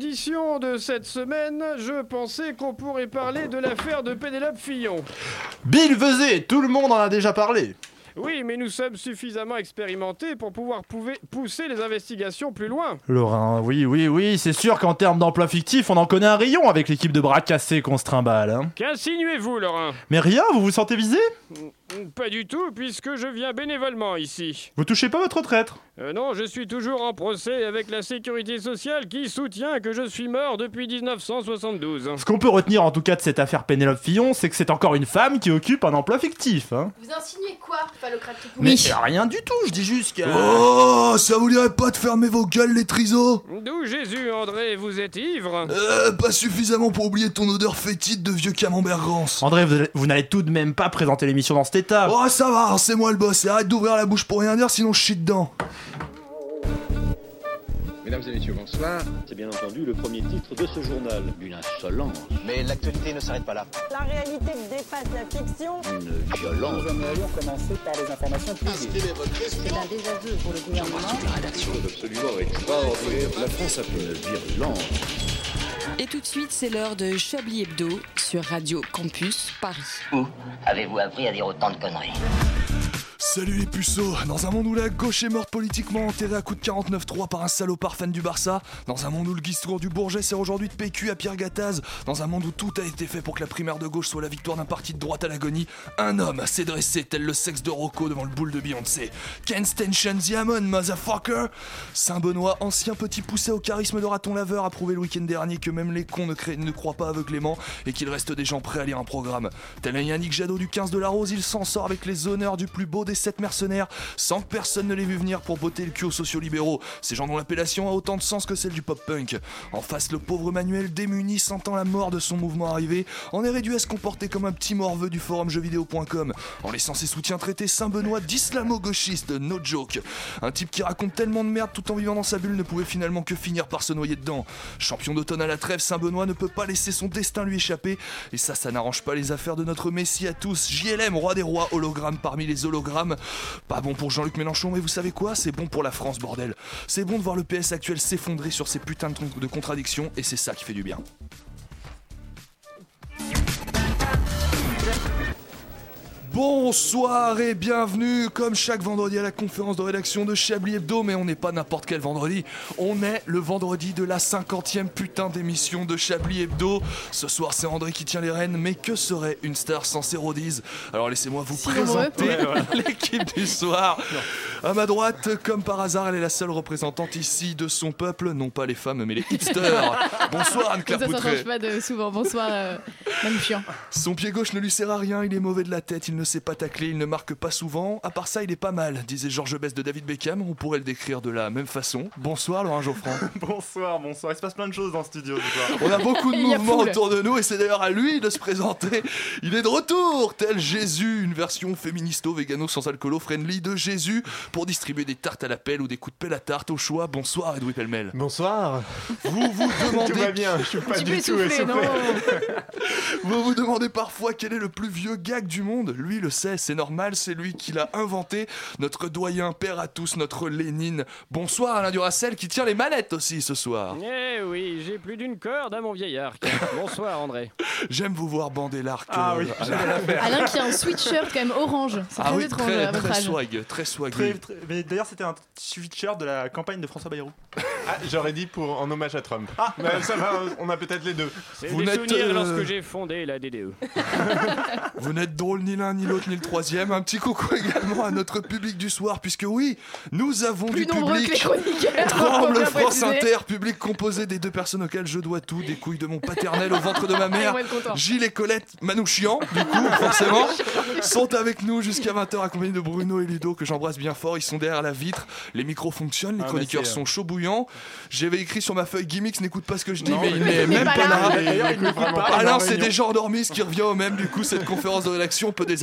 L'édition de cette semaine, je pensais qu'on pourrait parler de l'affaire de Pénélope Fillon. Bill Vezé, tout le monde en a déjà parlé. Oui, mais nous sommes suffisamment expérimentés pour pouvoir pouver- pousser les investigations plus loin. Laurent, oui, oui, oui, c'est sûr qu'en termes d'emploi fictif, on en connaît un rayon avec l'équipe de bras cassés qu'on se trimballe. hein. Qu'insinuez-vous, Laurent Mais rien, vous vous sentez visé Pas du tout, puisque je viens bénévolement ici. Vous touchez pas votre retraite Euh, non, je suis toujours en procès avec la sécurité sociale qui soutient que je suis mort depuis 1972. Ce qu'on peut retenir en tout cas de cette affaire Pénélope Fillon, c'est que c'est encore une femme qui occupe un emploi fictif. Hein. Vous insinuez quoi, phallocrate tout Mais pourri euh, rien du tout, je dis juste que... Oh, ça vous dirait pas de fermer vos gueules, les trisos D'où Jésus, André, vous êtes ivre Euh, pas suffisamment pour oublier ton odeur fétide de vieux camembert rance. André, vous, allez- vous n'allez tout de même pas présenter l'émission dans cet état. Oh, ça va, c'est moi le boss, et arrête d'ouvrir la bouche pour rien dire, sinon je chie dedans. Mesdames et messieurs, bonsoir. C'est bien entendu le premier titre de ce journal. Une insolence, Mais l'actualité ne s'arrête pas là. La réalité dépasse la fiction. une violence. Et tout de suite, c'est l'heure de Chablis Hebdo sur Radio Campus Paris. Où avez-vous appris à dire autant de conneries Salut les puceaux Dans un monde où la gauche est morte politiquement, enterrée à coup de 49-3 par un salopard fan du Barça, dans un monde où le guistrour du Bourget sert aujourd'hui de PQ à Pierre Gattaz, dans un monde où tout a été fait pour que la primaire de gauche soit la victoire d'un parti de droite à l'agonie, un homme s'est dressé tel le sexe de Rocco devant le boule de Beyoncé. Ken Stention Diamond, motherfucker Saint-Benoît, ancien petit poussé au charisme de raton laveur, a prouvé le week-end dernier que même les cons ne, créent- ne croient pas aveuglément et qu'il reste des gens prêts à lire un programme. Tel un Yannick Jadot du 15 de la Rose, il s'en sort avec les honneurs du plus beau des sept mercenaires, sans que personne ne l'ait vu venir pour botter le cul aux sociolibéraux. Ces gens dont l'appellation a autant de sens que celle du pop-punk. En face, le pauvre Manuel, démuni, sentant la mort de son mouvement arriver, en est réduit à se comporter comme un petit morveux du forum jeuxvideo.com, en laissant ses soutiens traiter Saint-Benoît d'islamo-gauchiste, no joke. Un type qui raconte tellement de merde tout en vivant dans sa bulle ne pouvait finalement que finir par se noyer dedans. Champion d'automne à la trêve, Saint-Benoît ne peut pas laisser son destin lui échapper, et ça, ça n'arrange pas les affaires de notre messie à tous, JLM, roi des rois, hologramme parmi les hologrammes. Pas bon pour Jean-Luc Mélenchon, mais vous savez quoi C'est bon pour la France, bordel. C'est bon de voir le PS actuel s'effondrer sur ses putains de tron- de contradictions, et c'est ça qui fait du bien. Bonsoir et bienvenue, comme chaque vendredi à la conférence de rédaction de Chablis Hebdo, mais on n'est pas n'importe quel vendredi, on est le vendredi de la 50e putain d'émission de Chablis Hebdo. Ce soir c'est André qui tient les rênes, mais que serait une star sans ses rodizes Alors laissez-moi vous Si présenter l'équipe du soir. À ma droite, comme par hasard, elle est la seule représentante ici de son peuple, non pas les femmes mais les hipsters. Bonsoir Anne-Claire Ça Poutré. s'arrange pas de souvent. Bonsoir, euh, Madame Fian. Son pied gauche ne lui sert à rien, il est mauvais de la tête, il ne sait pas tacler, il ne marque pas souvent. À part ça, il est pas mal, disait Georges Bess de David Beckham. On pourrait le décrire de la même façon. Bonsoir, Laurent Geoffrand. Bonsoir, bonsoir, il se passe plein de choses dans le studio ce soir. On a beaucoup de Il y a mouvements foule. autour de nous et c'est d'ailleurs à lui de se présenter. Il est de retour, tel Jésus, une version féministo, végano, sans alcoolo, friendly de Jésus pour distribuer des tartes à la pelle ou des coups de pelle à tarte au choix. Bonsoir, Edoui Pellemel. Bonsoir. Vous vous demandez bien, je suis pas Tu peux souffler, non Vous vous demandez parfois quel est le plus vieux gag du monde Lui le sait, c'est normal, c'est lui qui l'a inventé. Notre doyen, père à tous, notre Lénine. Bonsoir Alain Duracel qui tient les manettes aussi ce soir. Eh oui, j'ai plus d'une corde à mon vieil arc. Bonsoir, André. J'aime vous voir bander l'arc. Ah euh, oui, Alain. Alain qui a un sweatshirt quand même orange. C'est Ah très oui, étrange euh, très, à votre très âge. swag, très swag. Mais d'ailleurs, c'était un sweatshirt de la campagne de François Bayrou. Ah, j'aurais dit pour en hommage à Trump. Ah, ça va, on a peut-être les deux. C'est Vous des n'êtes, souvenirs euh, lorsque j'ai fondé la E. DDE. Vous n'êtes drôle ni l'un, ni l'autre, ni le troisième. Un petit coucou également à notre public du soir, puisque oui, nous avons Plus du nombreux public. que les chroniqueurs. faut Tremble bien France préciser. Inter, public composé des deux personnes auxquelles je dois tout, des couilles de mon paternel au ventre de ma Allez, on mère, va être content. Gilles et Colette Manouchian, du coup, forcément, sont avec nous jusqu'à 20h accompagnés de Bruno et Ludo que j'embrasse bien fort. Ils sont derrière la vitre. Les micros fonctionnent, les Ah, chroniqueurs merci, sont chauds bouillants. J'avais écrit sur ma feuille gimmicks, n'écoute pas ce que je dis, Non, mais il n'est il n'est même pas là. pas là. Ah, D'ailleurs, il ne vraiment pas. Alain, dans la c'est réunion. déjà endormi, ce qui revient au même. Du coup, cette conférence de rédaction peut dès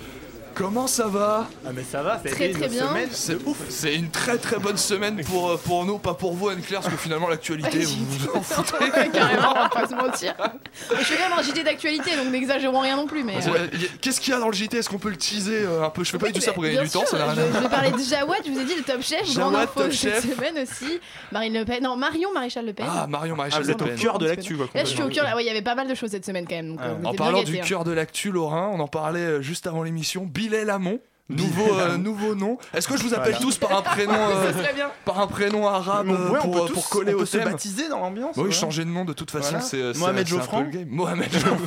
Comment ça va Ah mais ça va, ça a Très, été très une bien. Ah, semaine C'est de ouf. C'est une très très bonne semaine pour, euh, pour nous, pas pour vous Anne-Claire, parce que finalement l'actualité, vous vous en foutez. Ah, Ouais, carrément, on va pas se mentir. Je fais quand même un JT d'actualité, donc n'exagérons rien non plus. Mais euh, Ouais, y a- Qu'est-ce qu'il y a dans le JT Est-ce qu'on peut le teaser euh, un peu Je fais pas oui, du tout ça pour gagner bien du temps, sûr, ça n'a rien à Je, je vais parler de Jawad, je vous ai dit le Top Chef, grande Jawad, info Top cette Chef. semaine aussi. Marine Le Pen, non, Marion Maréchal Le Pen. Ah, Marion Ah, Maréchal vous Le êtes au Pen. cœur de l'actu, quoi. Là, je suis au cœur. là, ouais, Il y avait pas mal de choses cette semaine quand même. donc, Ah. euh, vous En êtes bien parlant gâtés, du hein. cœur de l'actu, Lorrain, on en parlait euh, juste avant l'émission, Bilal Lamont. Nouveau, euh, nouveau nom. Est-ce que je vous appelle Voilà. tous par un prénom, euh, Ça serait bien. par un prénom arabe Mais euh, on- ouais, on pour, peut euh, tous pour coller on au peut se thème baptiser dans l'ambiance. Bah oui, voilà. changer de nom de toute façon, Voilà. c'est c'est- Mohamed c'est un peu Geoffran. le game. Mohamed Geoffran.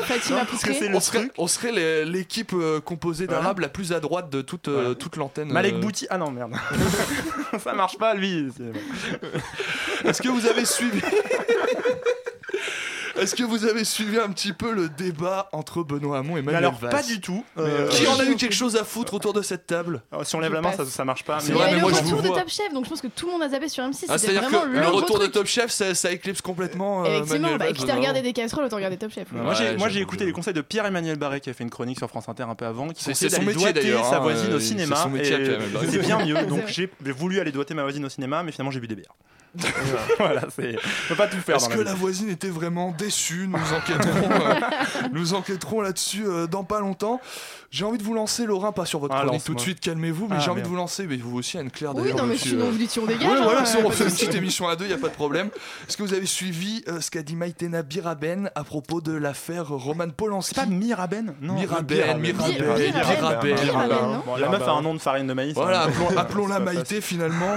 Fatima parce que Poutré. c'est le on serait, truc. on serait les- l'équipe euh, composée Voilà. d'arabes la plus à droite de toute, euh, Voilà. toute l'antenne. Malek euh. Bouti. Ah non, merde. ça marche pas, lui. c'est- Est-ce que vous avez suivi Est-ce que vous avez suivi un petit peu le débat entre Benoît Hamon et Mais Manuel alors, Valls pas du tout. Euh, Euh, Qui en a eu quelque chose à foutre autour de cette table alors, Si on lève Je la main, passe. ça, ça marche pas. C'est Il Mais y vrai, avait mais le moi, je retour vous de vois. Top Chef, donc je pense que tout le monde a zappé sur M6. Ah, C'était C'est-à-dire vraiment que le retour gros de truc. Top Chef, ça, ça éclipse complètement. euh, Effectivement, Manuel bah, Valls, quitte à vraiment. regarder des casseroles, autant regarder Top Chef. ouais. Moi, j'ai- Ouais, moi, je- j'ai écouté les conseils de Pierre-Emmanuel Barret qui a fait une chronique sur France Inter un peu avant. qui C'est- conseillait c'est son d'aller métier, doigter d'ailleurs, sa hein, voisine euh, au c'est cinéma. son métier, et Pierre-Emmanuel Barret. c'est bien mieux. Donc vrai. j'ai j'ai voulu aller doigter ma voisine au cinéma, mais finalement j'ai bu des bières. voilà, c'est. On peut pas tout faire. Est-ce dans que vie. la voisine était vraiment déçue Nous enquêterons, euh, nous enquêterons là-dessus euh, dans pas longtemps. J'ai envie de vous lancer, Laurent, pas sur votre Ah, chronique lance-moi. tout de suite, calmez-vous, mais Ah, j'ai envie de merde. vous lancer, mais vous aussi, Anne-Claire, Oui, d'ailleurs. non, mais monsieur, sinon, euh, vous dites on dégage. Ouais, hein, voilà, ouais, si pas on de fait une souci. petite émission à deux, il a pas de problème. Est-ce que vous avez suivi euh, ce qu'a dit Maïtena Biraben à propos de l'affaire Roman Polanski C'est pas Miraben Non. Miraben, Miraben, Miraben, Miraben. Miraben, non Bon, La meuf a un nom de farine de maïs. Voilà, hein. appelons, appelons-la C'est pas Maïté finalement.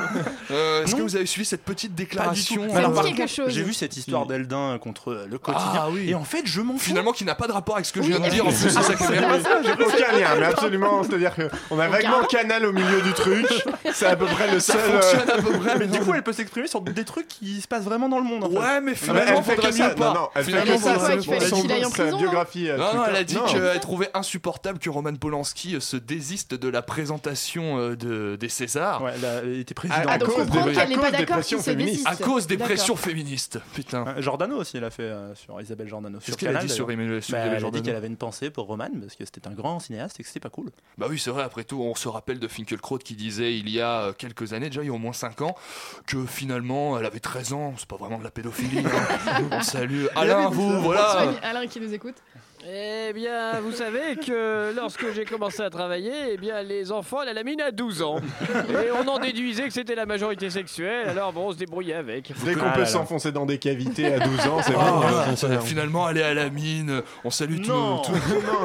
Euh, Est-ce que Non. vous avez suivi cette petite Pas du tout. déclaration Ça me euh, dit par quelque contre, chose. J'ai vu cette histoire d'Eldin contre euh, le quotidien. Mm. Ah oui. Et en fait, je m'en fous. Finalement, qui n'a pas de rapport avec ce que je Oui, viens de dire en plus, c'est ça qui est merveilleux. Aucun lien, mais absolument. C'est-à-dire qu'on a vaguement canal au milieu du truc. C'est à peu près le Ça seul. euh, fonctionne à peu Ouais, près, mais du coup, elle peut s'exprimer sur des trucs qui se passent vraiment dans le monde. En fait. Ouais, mais Non, mais finalement, elle fait faudrait que ça. mieux pas. Non, non, elle fait Finalement, que ça, ça. ouais, il fallait Son qu'il aille book, en sa prison, biographie. euh, Non, non, Twitter. elle a dit Non. qu'elle trouvait insupportable que Roman Polanski euh, se désiste de la présentation euh, de, des Césars Ouais, elle, a- elle était présidente. À Ah, donc cause on comprend des- qu'elle n'est à pas cause des d'accord pressions qu'il se féministes. désiste. à cause des D'accord. pressions féministes. Putain. Hein, Giordano aussi, elle a fait euh, sur Isabelle Giordano. Qu'est-ce Sur qu'elle a Canal, dit sur d'ailleurs. Emmanuel sur Bah, Isabelle elle a dit Giordano qu'elle avait une pensée pour Roman parce que c'était un grand cinéaste et que c'était pas cool. Bah oui, c'est vrai, après tout, on se rappelle de Finkielkraut qui disait il y a euh, quelques années, déjà il y a au moins 5 ans, que finalement elle avait 13 ans, c'est pas vraiment de la pédophilie. hein. on salue Alain, vous, voilà. Soigne Alain qui nous écoute. Eh bien, vous savez que lorsque j'ai commencé à travailler, eh bien, les enfants, la lamine a 12 ans. Et on en déduisait que c'était la majorité sexuelle, alors bon, on se débrouillait avec. Dès qu'on Ah là peut là. s'enfoncer dans des cavités à 12 ans, c'est Ah, bon. voilà, hein. finalement, elle est à la mine. On salue tout, Non. tout-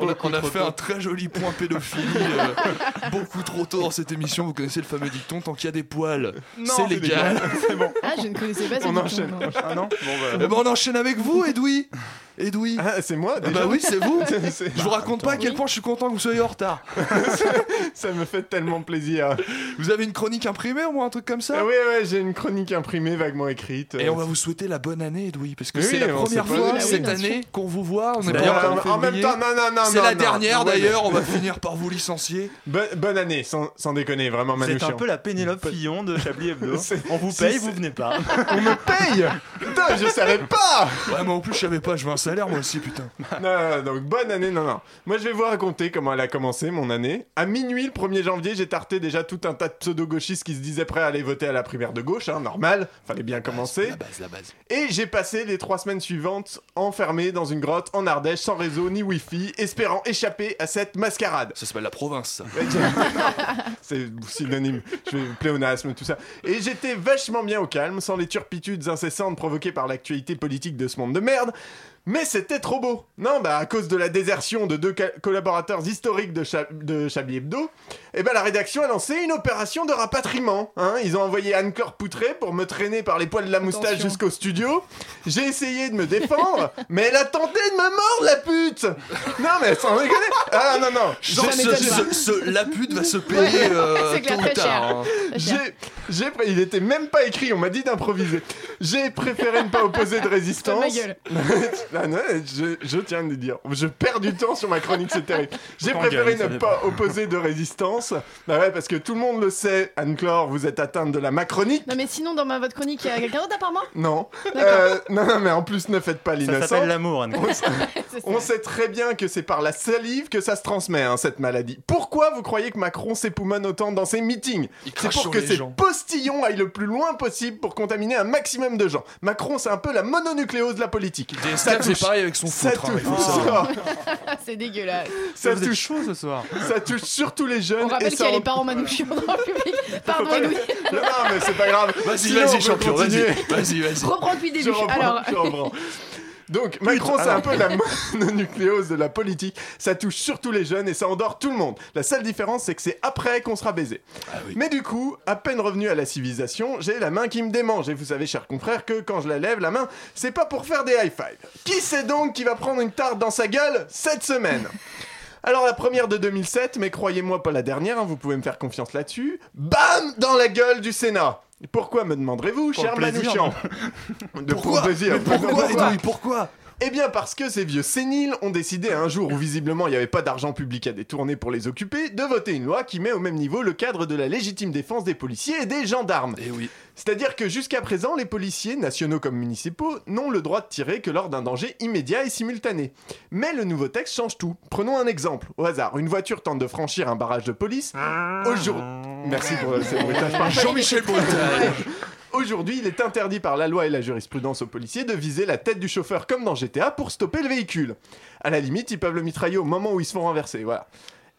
On a, on a fait un très joli point pédophilie euh, beaucoup trop tôt dans cette émission. Vous connaissez le fameux dicton tant qu'il y a des poils, c'est légal. Ah, je ne connaissais pas ce On dicton, enchaîne. non. Ah non Bon, bah. Eh ben, on enchaîne avec vous, Edoui. Edoui. Ah, c'est moi Ah déjà bah oui, c'est vous. C'est- c'est- Je vous raconte pas à quel point je suis content que vous soyez en retard. Ça me fait tellement plaisir. Vous avez une chronique imprimée au moins, un truc comme ça Ah oui, ouais, j'ai une chronique imprimée vaguement écrite. euh, Et on va vous souhaiter la bonne année, Edoui, parce que Mais c'est oui, la on première sait pas. fois Ah oui, cette bien sûr. année qu'on vous voit. On est D'ailleurs, pas en- en même temps, non, non, non. C'est non, la non. dernière Ouais, mais- d'ailleurs, on va finir par vous licencier. Bo- bonne année, sans, sans déconner, vraiment, Vous Manu. êtes un peu la Pénélope Fillon de Chablis Hebdo. C'est- On vous si, paye, c'est- vous venez pas. On me paye Putain, je savais pas Ouais, Ah, moi en plus, je savais pas, je veux un salaire moi aussi, putain. Non, non, donc bonne année, non, non. Moi, je vais vous raconter comment elle a commencé, mon année. À minuit, le 1er janvier, j'ai tarté déjà tout un tas de pseudo-gauchistes qui se disaient prêts à aller voter à la primaire de gauche, hein, normal, fallait bien commencer. La base, la base. Et j'ai passé les trois semaines suivantes enfermé dans une grotte en Ardèche, sans réseau ni wifi, espérant échapper à cette mascarade. Ça s'appelle la province, ça. C'est synonyme, je vais pléonasme, tout ça. Et j'étais vachement bien au calme, sans les turpitudes incessantes provoquées par l'actualité politique de ce monde de merde. Mais c'était trop beau. Non, bah à cause de la désertion de deux ca- collaborateurs historiques de, Cha- de Chablis Hebdo, eh ben la rédaction a lancé une opération de rapatriement. hein. Ils ont envoyé Anne-Claire Poutré pour me traîner par les poils de la moustache Attention. jusqu'au studio. J'ai essayé de me défendre, mais elle a tenté de me mordre la pute. Non mais sans déconner. Ah non non. Genre, Ça m'étonne ce- pas. ce- ce- la pute va se payer Ouais, euh, c'est clair, tôt ou très tard. cher. hein. J'ai, j'ai, pré- il était même pas écrit, on m'a dit d'improviser. J'ai préféré ne pas opposer de Comme résistance. ma gueule. Ah, vanne, ouais, je, je tiens à le dire. Je perds du temps sur ma chronique, c'est terrible. J'ai Autant préféré gueuler, ça ne dépend. pas opposer de résistance. Bah ouais, parce que tout le monde le sait, Anne-Claire, vous êtes atteinte de la macronique. Non mais sinon dans ma votre chronique, il y a quelqu'un d'autre à part moi Non. Euh, non, non, mais en plus, ne faites pas l'innocent. s'appelle l'amour, Anne. On, sait- on sait très bien que c'est par la salive que ça se transmet, hein, cette maladie. Pourquoi vous croyez que Macron s'époumonne autant dans ses meetings C'est crache pour sur que les ses gens. postillons aillent le plus loin possible pour contaminer un maximum de gens. Macron, c'est un peu la mononucléose de la politique. DSK, c'est pareil avec son ça foutre, hein, touche- il faut savoir. C'est dégueulasse. Ça Vous êtes touche chaud ce soir. ça touche surtout les jeunes. On et rappelle ça qu'il y a les rend- parents manouchions dans le public. Faut Pardon pas- Edoui. Non, non, mais c'est pas grave. Vas-y, Sinon, on vas-y, peut champion, continuer. vas-y. Vas-y, vas-y. Reprends depuis le Je début. reprends, Alors, je reprends. Donc Macron, c'est un peu la mononucléose de la politique. Ça touche surtout les jeunes et ça endort tout le monde. La seule différence, c'est que c'est après qu'on sera baisé. Ah Mais du coup, à peine revenu à la civilisation, j'ai la main qui me démange. Et vous savez, chers confrères, que quand je la lève, la main, c'est pas pour faire des high five. Qui c'est donc qui va prendre une tarte dans sa gueule cette semaine alors la première de 2007, mais croyez-moi pas la dernière, hein, vous pouvez me faire confiance là-dessus. Bam Dans la gueule du Sénat Pourquoi me demanderez-vous, Pour le cher plaisir. Manouchian De Pourquoi pour le plaisir. Mais pourquoi, Pourquoi Edoui, pourquoi eh bien parce que ces vieux séniles ont décidé un jour où visiblement il n'y avait pas d'argent public à détourner pour les occuper, de voter une loi qui met au même niveau le cadre de la légitime défense des policiers et des gendarmes. Eh oui. C'est-à-dire que jusqu'à présent, les policiers, nationaux comme municipaux, n'ont le droit de tirer que lors d'un danger immédiat et simultané. Mais le nouveau texte change tout. Prenons un exemple. Au hasard, une voiture tente de franchir un barrage de police. Ah. Aujourd'hui... Merci pour euh, ce bruitage par- Jean-Michel Brutal. Aujourd'hui, il est interdit par la loi et la jurisprudence aux policiers de viser la tête du chauffeur comme dans GTA pour stopper le véhicule. À la limite, ils peuvent le mitrailler au moment où ils se font renverser, voilà.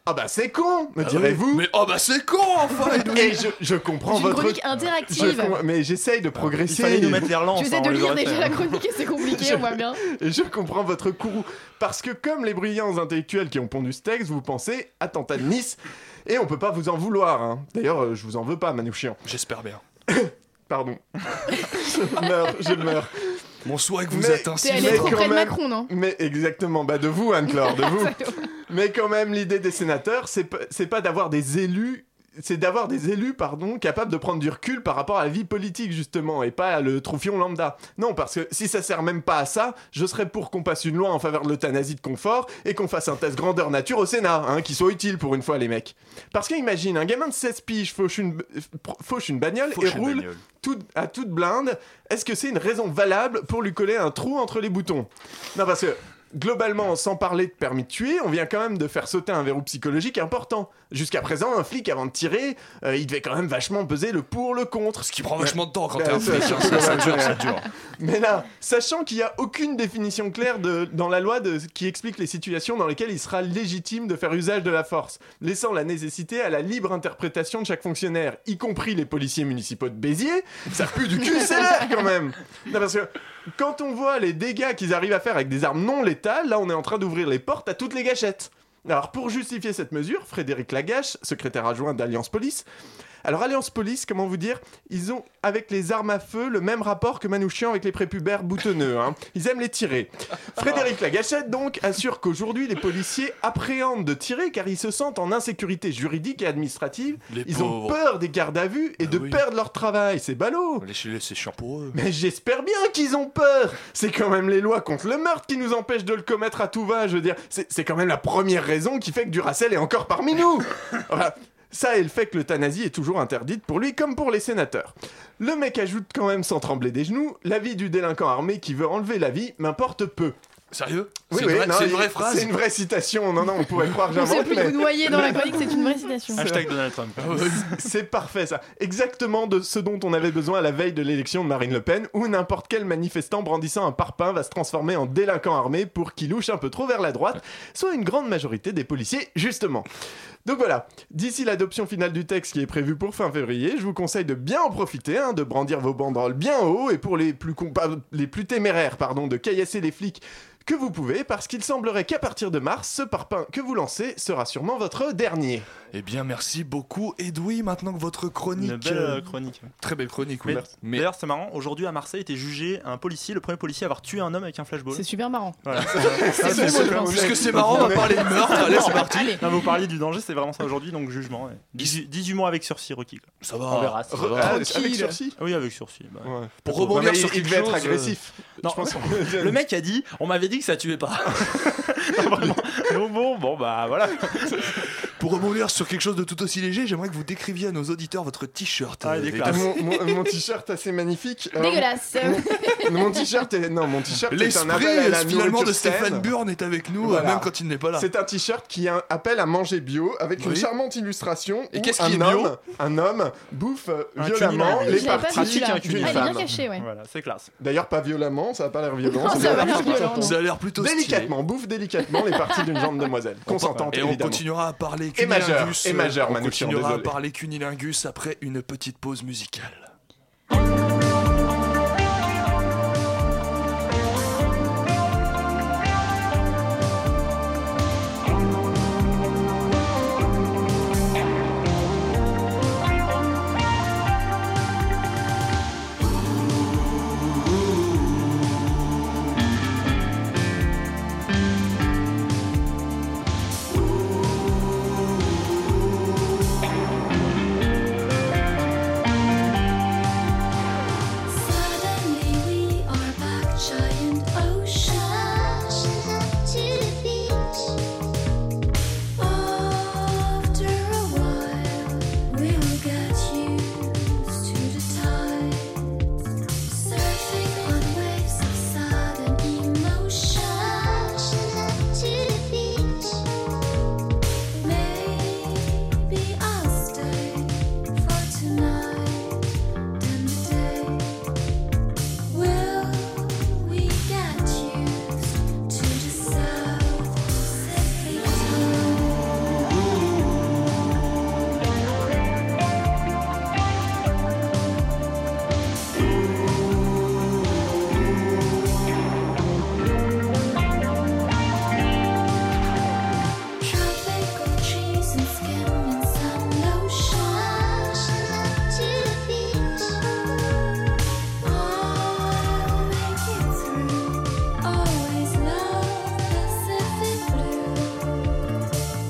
Ah bah c'est con, me direz-vous. Mais oh bah c'est con, enfin, Edoui. Et je, je comprends j'ai une votre... chronique Je interactive. com- Mais j'essaye de Ah, Il progresser. fallait nous mettre l'Irlande. Je vous ai de lire déjà la chronique et c'est compliqué, Je- on voit bien. Et je comprends votre courroux. Parce que comme les brillants intellectuels qui ont pondu ce texte, vous pensez attentat de Nice. Et on peut pas vous en vouloir. hein. D'ailleurs, euh, je vous en veux pas, Manouchian. J'espère bien. Pardon. je meurs, je meurs. Mon souhait que vous Mais- êtes ainsi. T'es allé trop quand près de même- Macron, non Mais exactement, bah de vous, Anne-Claude, de vous. Mais quand même, l'idée des sénateurs, c'est pas, c'est pas d'avoir des élus c'est d'avoir des élus pardon capables de prendre du recul par rapport à la vie politique justement et pas à le troufion lambda. Non parce que si ça sert même pas à ça, je serais pour qu'on passe une loi en faveur de l'euthanasie de confort et qu'on fasse un test grandeur nature au Sénat hein, qui soit utile pour une fois les mecs. Parce qu'imagine un gamin de 16 piges fauche une fauche une bagnole et roule tout- à toute blinde, est-ce que c'est une raison valable pour lui coller un trou entre les boutons Non, parce que globalement, sans parler de permis de tuer, on vient quand même de faire sauter un verrou psychologique important. Jusqu'à présent, un flic, avant de tirer, euh, il devait quand même vachement peser le pour, le contre. Ce qui prend vachement de temps quand Ouais, t'es un c'est- flic, hein, c'est- ça, ça c'est- dure, ça dure. Mais là, sachant qu'il n'y a aucune définition claire de- dans la loi de, qui explique les situations dans lesquelles il sera légitime de faire usage de la force, laissant la nécessité à la libre interprétation de chaque fonctionnaire, y compris les policiers municipaux de Béziers, ça pue du cul sévère quand même Non, parce que quand on voit les dégâts qu'ils arrivent à faire avec des armes non létales, là on est en train d'ouvrir les portes à toutes les gâchettes. Alors pour justifier cette mesure, Frédéric Lagache, secrétaire adjoint d'Alliance Police, alors Alliance Police, comment vous dire, ils ont avec les armes à feu le même rapport que Manouchian avec les prépubères boutonneux. hein. Ils aiment les tirer. Frédéric Lagachette donc assure qu'aujourd'hui les policiers appréhendent de tirer car ils se sentent en insécurité juridique et administrative. hein. Les ils ont pauvres. peur des gardes à vue et Bah de oui. perdre leur travail. C'est ballot. Laissez-les, c'est chiant pour eux. Mais j'espère bien qu'ils ont peur C'est quand même les lois contre le meurtre qui nous empêchent de le commettre à tout va, je veux dire. C'est c'est quand même la première raison qui fait que Duracell est encore parmi nous Enfin, Ça et le fait que l'euthanasie est toujours interdite pour lui comme pour les sénateurs. Le mec ajoute quand même sans trembler des genoux, la vie du délinquant armé qui veut enlever la vie m'importe peu. Sérieux Oui, C'est oui, vrai- non, c'est il- une vraie phrase C'est une vraie citation, non, non, on pourrait croire que On sait j'invente, plus mais- vous noyer dans la chronique, c'est une vraie citation. Hashtag Donald Trump. Ah C'est parfait ça. Exactement de ce dont on avait besoin à la veille de l'élection de Marine Le Pen, où n'importe quel manifestant brandissant un parpaing va se transformer en délinquant armé pour qu'il louche un peu trop vers la droite, soit une grande majorité des policiers, justement. Donc voilà, d'ici l'adoption finale du texte qui est prévue pour fin février, je vous conseille de bien en profiter, hein, de brandir vos banderoles bien haut, et pour les plus, com- pas- les plus téméraires, pardon, de caillasser les flics que vous pouvez, parce qu'il semblerait qu'à partir de mars, ce parpaing que vous lancez sera sûrement votre dernier. Eh bien, merci beaucoup, Edoui. Maintenant que votre chronique. Une belle euh, chronique. Très belle chronique, oui. Mais- D'ailleurs, c'est marrant. Aujourd'hui, à Marseille, était jugé un policier, le premier policier à avoir tué un homme avec un flashball. C'est super marrant. Voilà. C'est super marrant. Puisque c'est marrant, on va parler de meurtre. Allez, c'est parti. Allez. Non, vous parliez du danger, c'est vraiment ça aujourd'hui, donc jugement. ouais. 18, 18 mois avec sursis requis. quoi. Ça va. On verra. Ça va. Ah, avec Tranquille. sursis Oui, avec sursis. bah. Ah, Pour rebondir mais sur il- quelque il devait être chose, agressif. euh, Non, je pense- le mec a dit on m'avait dit que ça tuait pas. Non, vraiment. Non, bon, bon, bah voilà. Pour rebondir sur quelque chose de tout aussi léger, j'aimerais que vous décriviez à nos auditeurs votre t-shirt. Ah, il est euh, classe. Edoui. Mon, mon- mon t-shirt assez magnifique. Alors, Dégueulasse. mon- Mon t-shirt est non, mon t-shirt est un L'esprit appel à la euh, finalement de nourriture saine. Stéphane Burn est avec nous, euh, Voilà. même quand il n'est Ah. pas là. C'est un t-shirt qui a- appelle à manger bio avec une Oui. charmante illustration. Et où qu'est-ce un qui est bio homme, Un homme bouffe euh, Un violemment cunnilingus. les Je l'avais pas vu, parties celui-là. Ah, d'une il est bien femme. caché, ouais. Voilà, c'est classe. D'ailleurs, pas violemment, ça va pas l'air violent. Non, c'est ça va bien. l'air violent, non. Ça a l'air plutôt stylé. Délicatement, bouffe délicatement les parties d'une jambe demoiselle. Consentante, Et on évidemment. continuera à parler Et majeur, cunilingus. euh, et majeur, on Manouchian, continuera à désolé. parler cunilingus après une petite pause musicale. Suddenly we are back, giant ocean to the beach. After a while, we will get used to the tide. Surfing on waves of sudden emotion to the beach. Maybe I'll stay for tonight and the day. Will we get used to the South Pacific Tropical trees and skin and sun lotion to the beach. I'll make it through. Always love Pacific blue.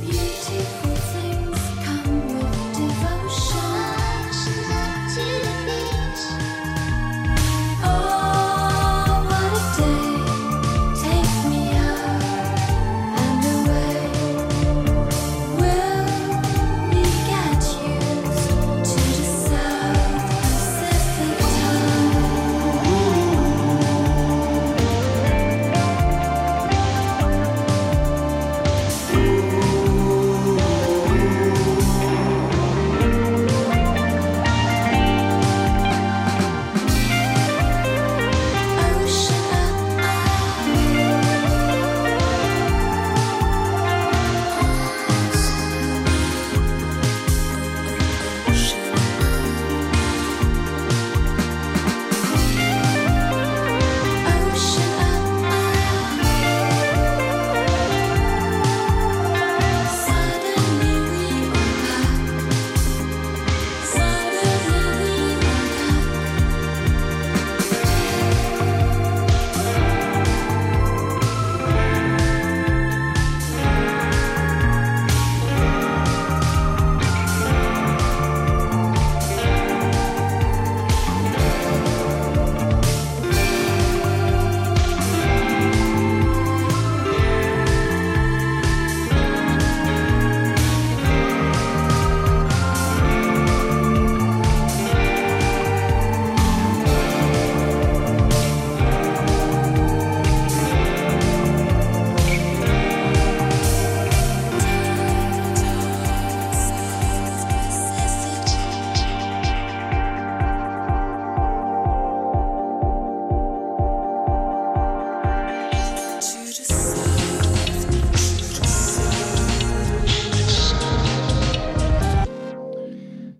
Beautiful things come with devotion to the beach. Oh, what a day! Take me out and away. Will we get used to the South Pacific time?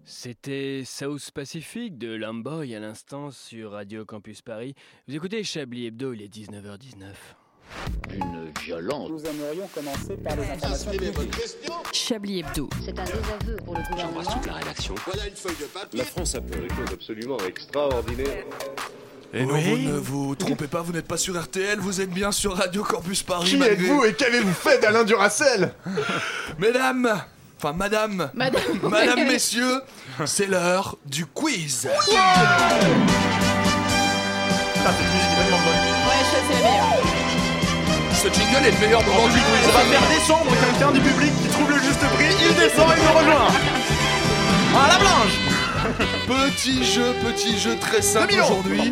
C'était South Pacific de Lamboy à l'instant sur Radio Campus Paris. Vous écoutez Chablis Hebdo, il est 19h19. d'une violence. Nous aimerions commencer par les Chablis Hebdo. C'est un désaveu pour le gouvernement. la rédaction. Voilà une feuille de papier. La France a fait des choses absolument extraordinaires. Et non, vous ne vous trompez pas, vous n'êtes pas sur RTL, vous êtes bien sur Radio Campus Paris. Qui malgré- êtes-vous et qu'avez-vous fait d'Alain Duracel Mesdames Enfin, madame Madame, Madame, messieurs, c'est l'heure du quiz Ah, Ouais, ça c'est la meilleure. Ce jingle est le meilleur moment du quiz On va faire descendre quelqu'un du public qui trouve le juste prix, il descend et nous rejoint À la blanche Petit jeu, petit jeu très simple aujourd'hui.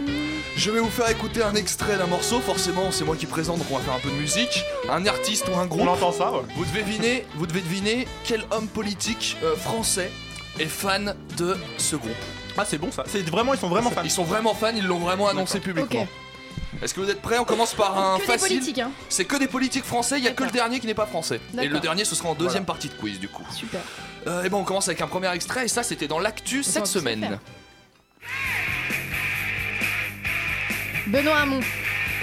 Je vais vous faire écouter un extrait d'un morceau. Forcément, c'est moi qui présente, donc on va faire un peu de musique. Un artiste ou un groupe. On entend ça, ouais. Vous devez deviner, vous devez deviner quel homme politique euh, français est fan de ce groupe. Ah c'est bon ça, c'est vraiment ils sont vraiment fans. Ils sont vraiment fans, ils l'ont vraiment annoncé publiquement. Est-ce que vous êtes prêts On commence par un Que des facile. politiques, hein. C'est que des politiques français, il y a que le dernier qui n'est pas français. Et D'accord. le dernier, ce sera en deuxième partie de quiz du coup. Super. Euh, et ben on commence avec un premier extrait et ça c'était dans l'actu cette tous le semaine. faire. Benoît Hamon.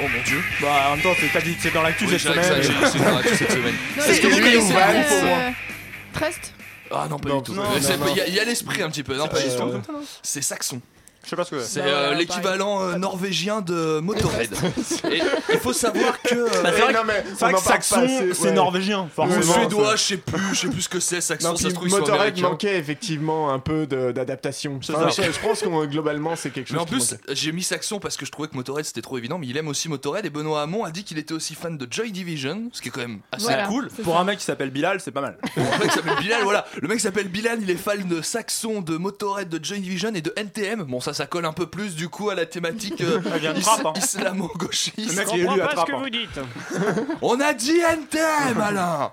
Oh mon dieu. Bah en même temps c'est- t'as dit c'est dans l'actu Oui, cette j'ai- j'ai- semaine. j'ai- c'est dans l'actu cette semaine. Non, C'est est-ce que vous lui connaissez, ou Van, hein, pour moi euh, Trust Ah non, pas Non, du tout. non, Mais non, c'est- non. Il y a- il y a, l'esprit un petit peu. Non, pas du tout. C'est saxon. Je sais pas ce que C'est Bah, euh, voilà, l'équivalent euh, norvégien de Motorhead. Et il faut savoir que. euh, Bah, c'est vrai Eh, que- non, mais c'est on en vrai que parle pas Saxon assez, c'est ouais. norvégien ou forcément. suédois, je sais plus, je sais plus ce que c'est, saxon, Non, ça se puis trouve, ils sont Motorhead américains. manquait effectivement un peu de- d'adaptation. C'est Enfin, ça. je, je pense qu'on euh, globalement c'est quelque chose. Mais en qui plus, manquait. j'ai mis Saxon parce que je trouvais que Motorhead c'était trop évident, mais il aime aussi Motorhead et Benoît Hamon a dit qu'il était aussi fan de Joy Division, ce qui est quand même assez Voilà. cool. C'est Pour ça. un mec qui s'appelle Bilal c'est pas mal. Bon, le mec s'appelle Bilal, voilà. Le mec s'appelle Bilal, il est fan de Saxon, de Motorhead, de Joy Division et de NTM. Bon, ça, ça colle un peu plus du coup à la thématique euh, Ah, il y a une is- frappe, hein. islamo-gauchiste. Le mec, Je Qui est comprends élu à pas ce Trappes, que hein. vous dites. On a dit NTM, Alain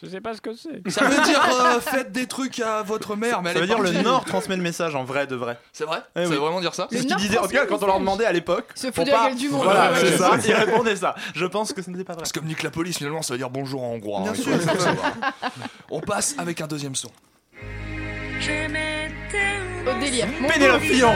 Je sais pas ce que c'est. Ça veut dire euh, faites des trucs à votre mère, mais elle Ça veut est dire le partie. Nord transmet le message en vrai de vrai. C'est vrai Eh Ça oui. veut vraiment dire ça C'est Le ce qu'ils Nord disaient en tout cas transmet quand on le leur demandait à l'époque. Se faut fout de la pas- gueule du monde. Voilà, Ouais, c'est ouais, ça, ils répondaient ça. Je pense que ce n'était pas vrai. C'est comme nique la police, finalement, ça veut dire bonjour en hongrois. Bien hein, sûr. il faut le savoir. On passe avec un deuxième son. Au délire. Mon- Pénélope Fillon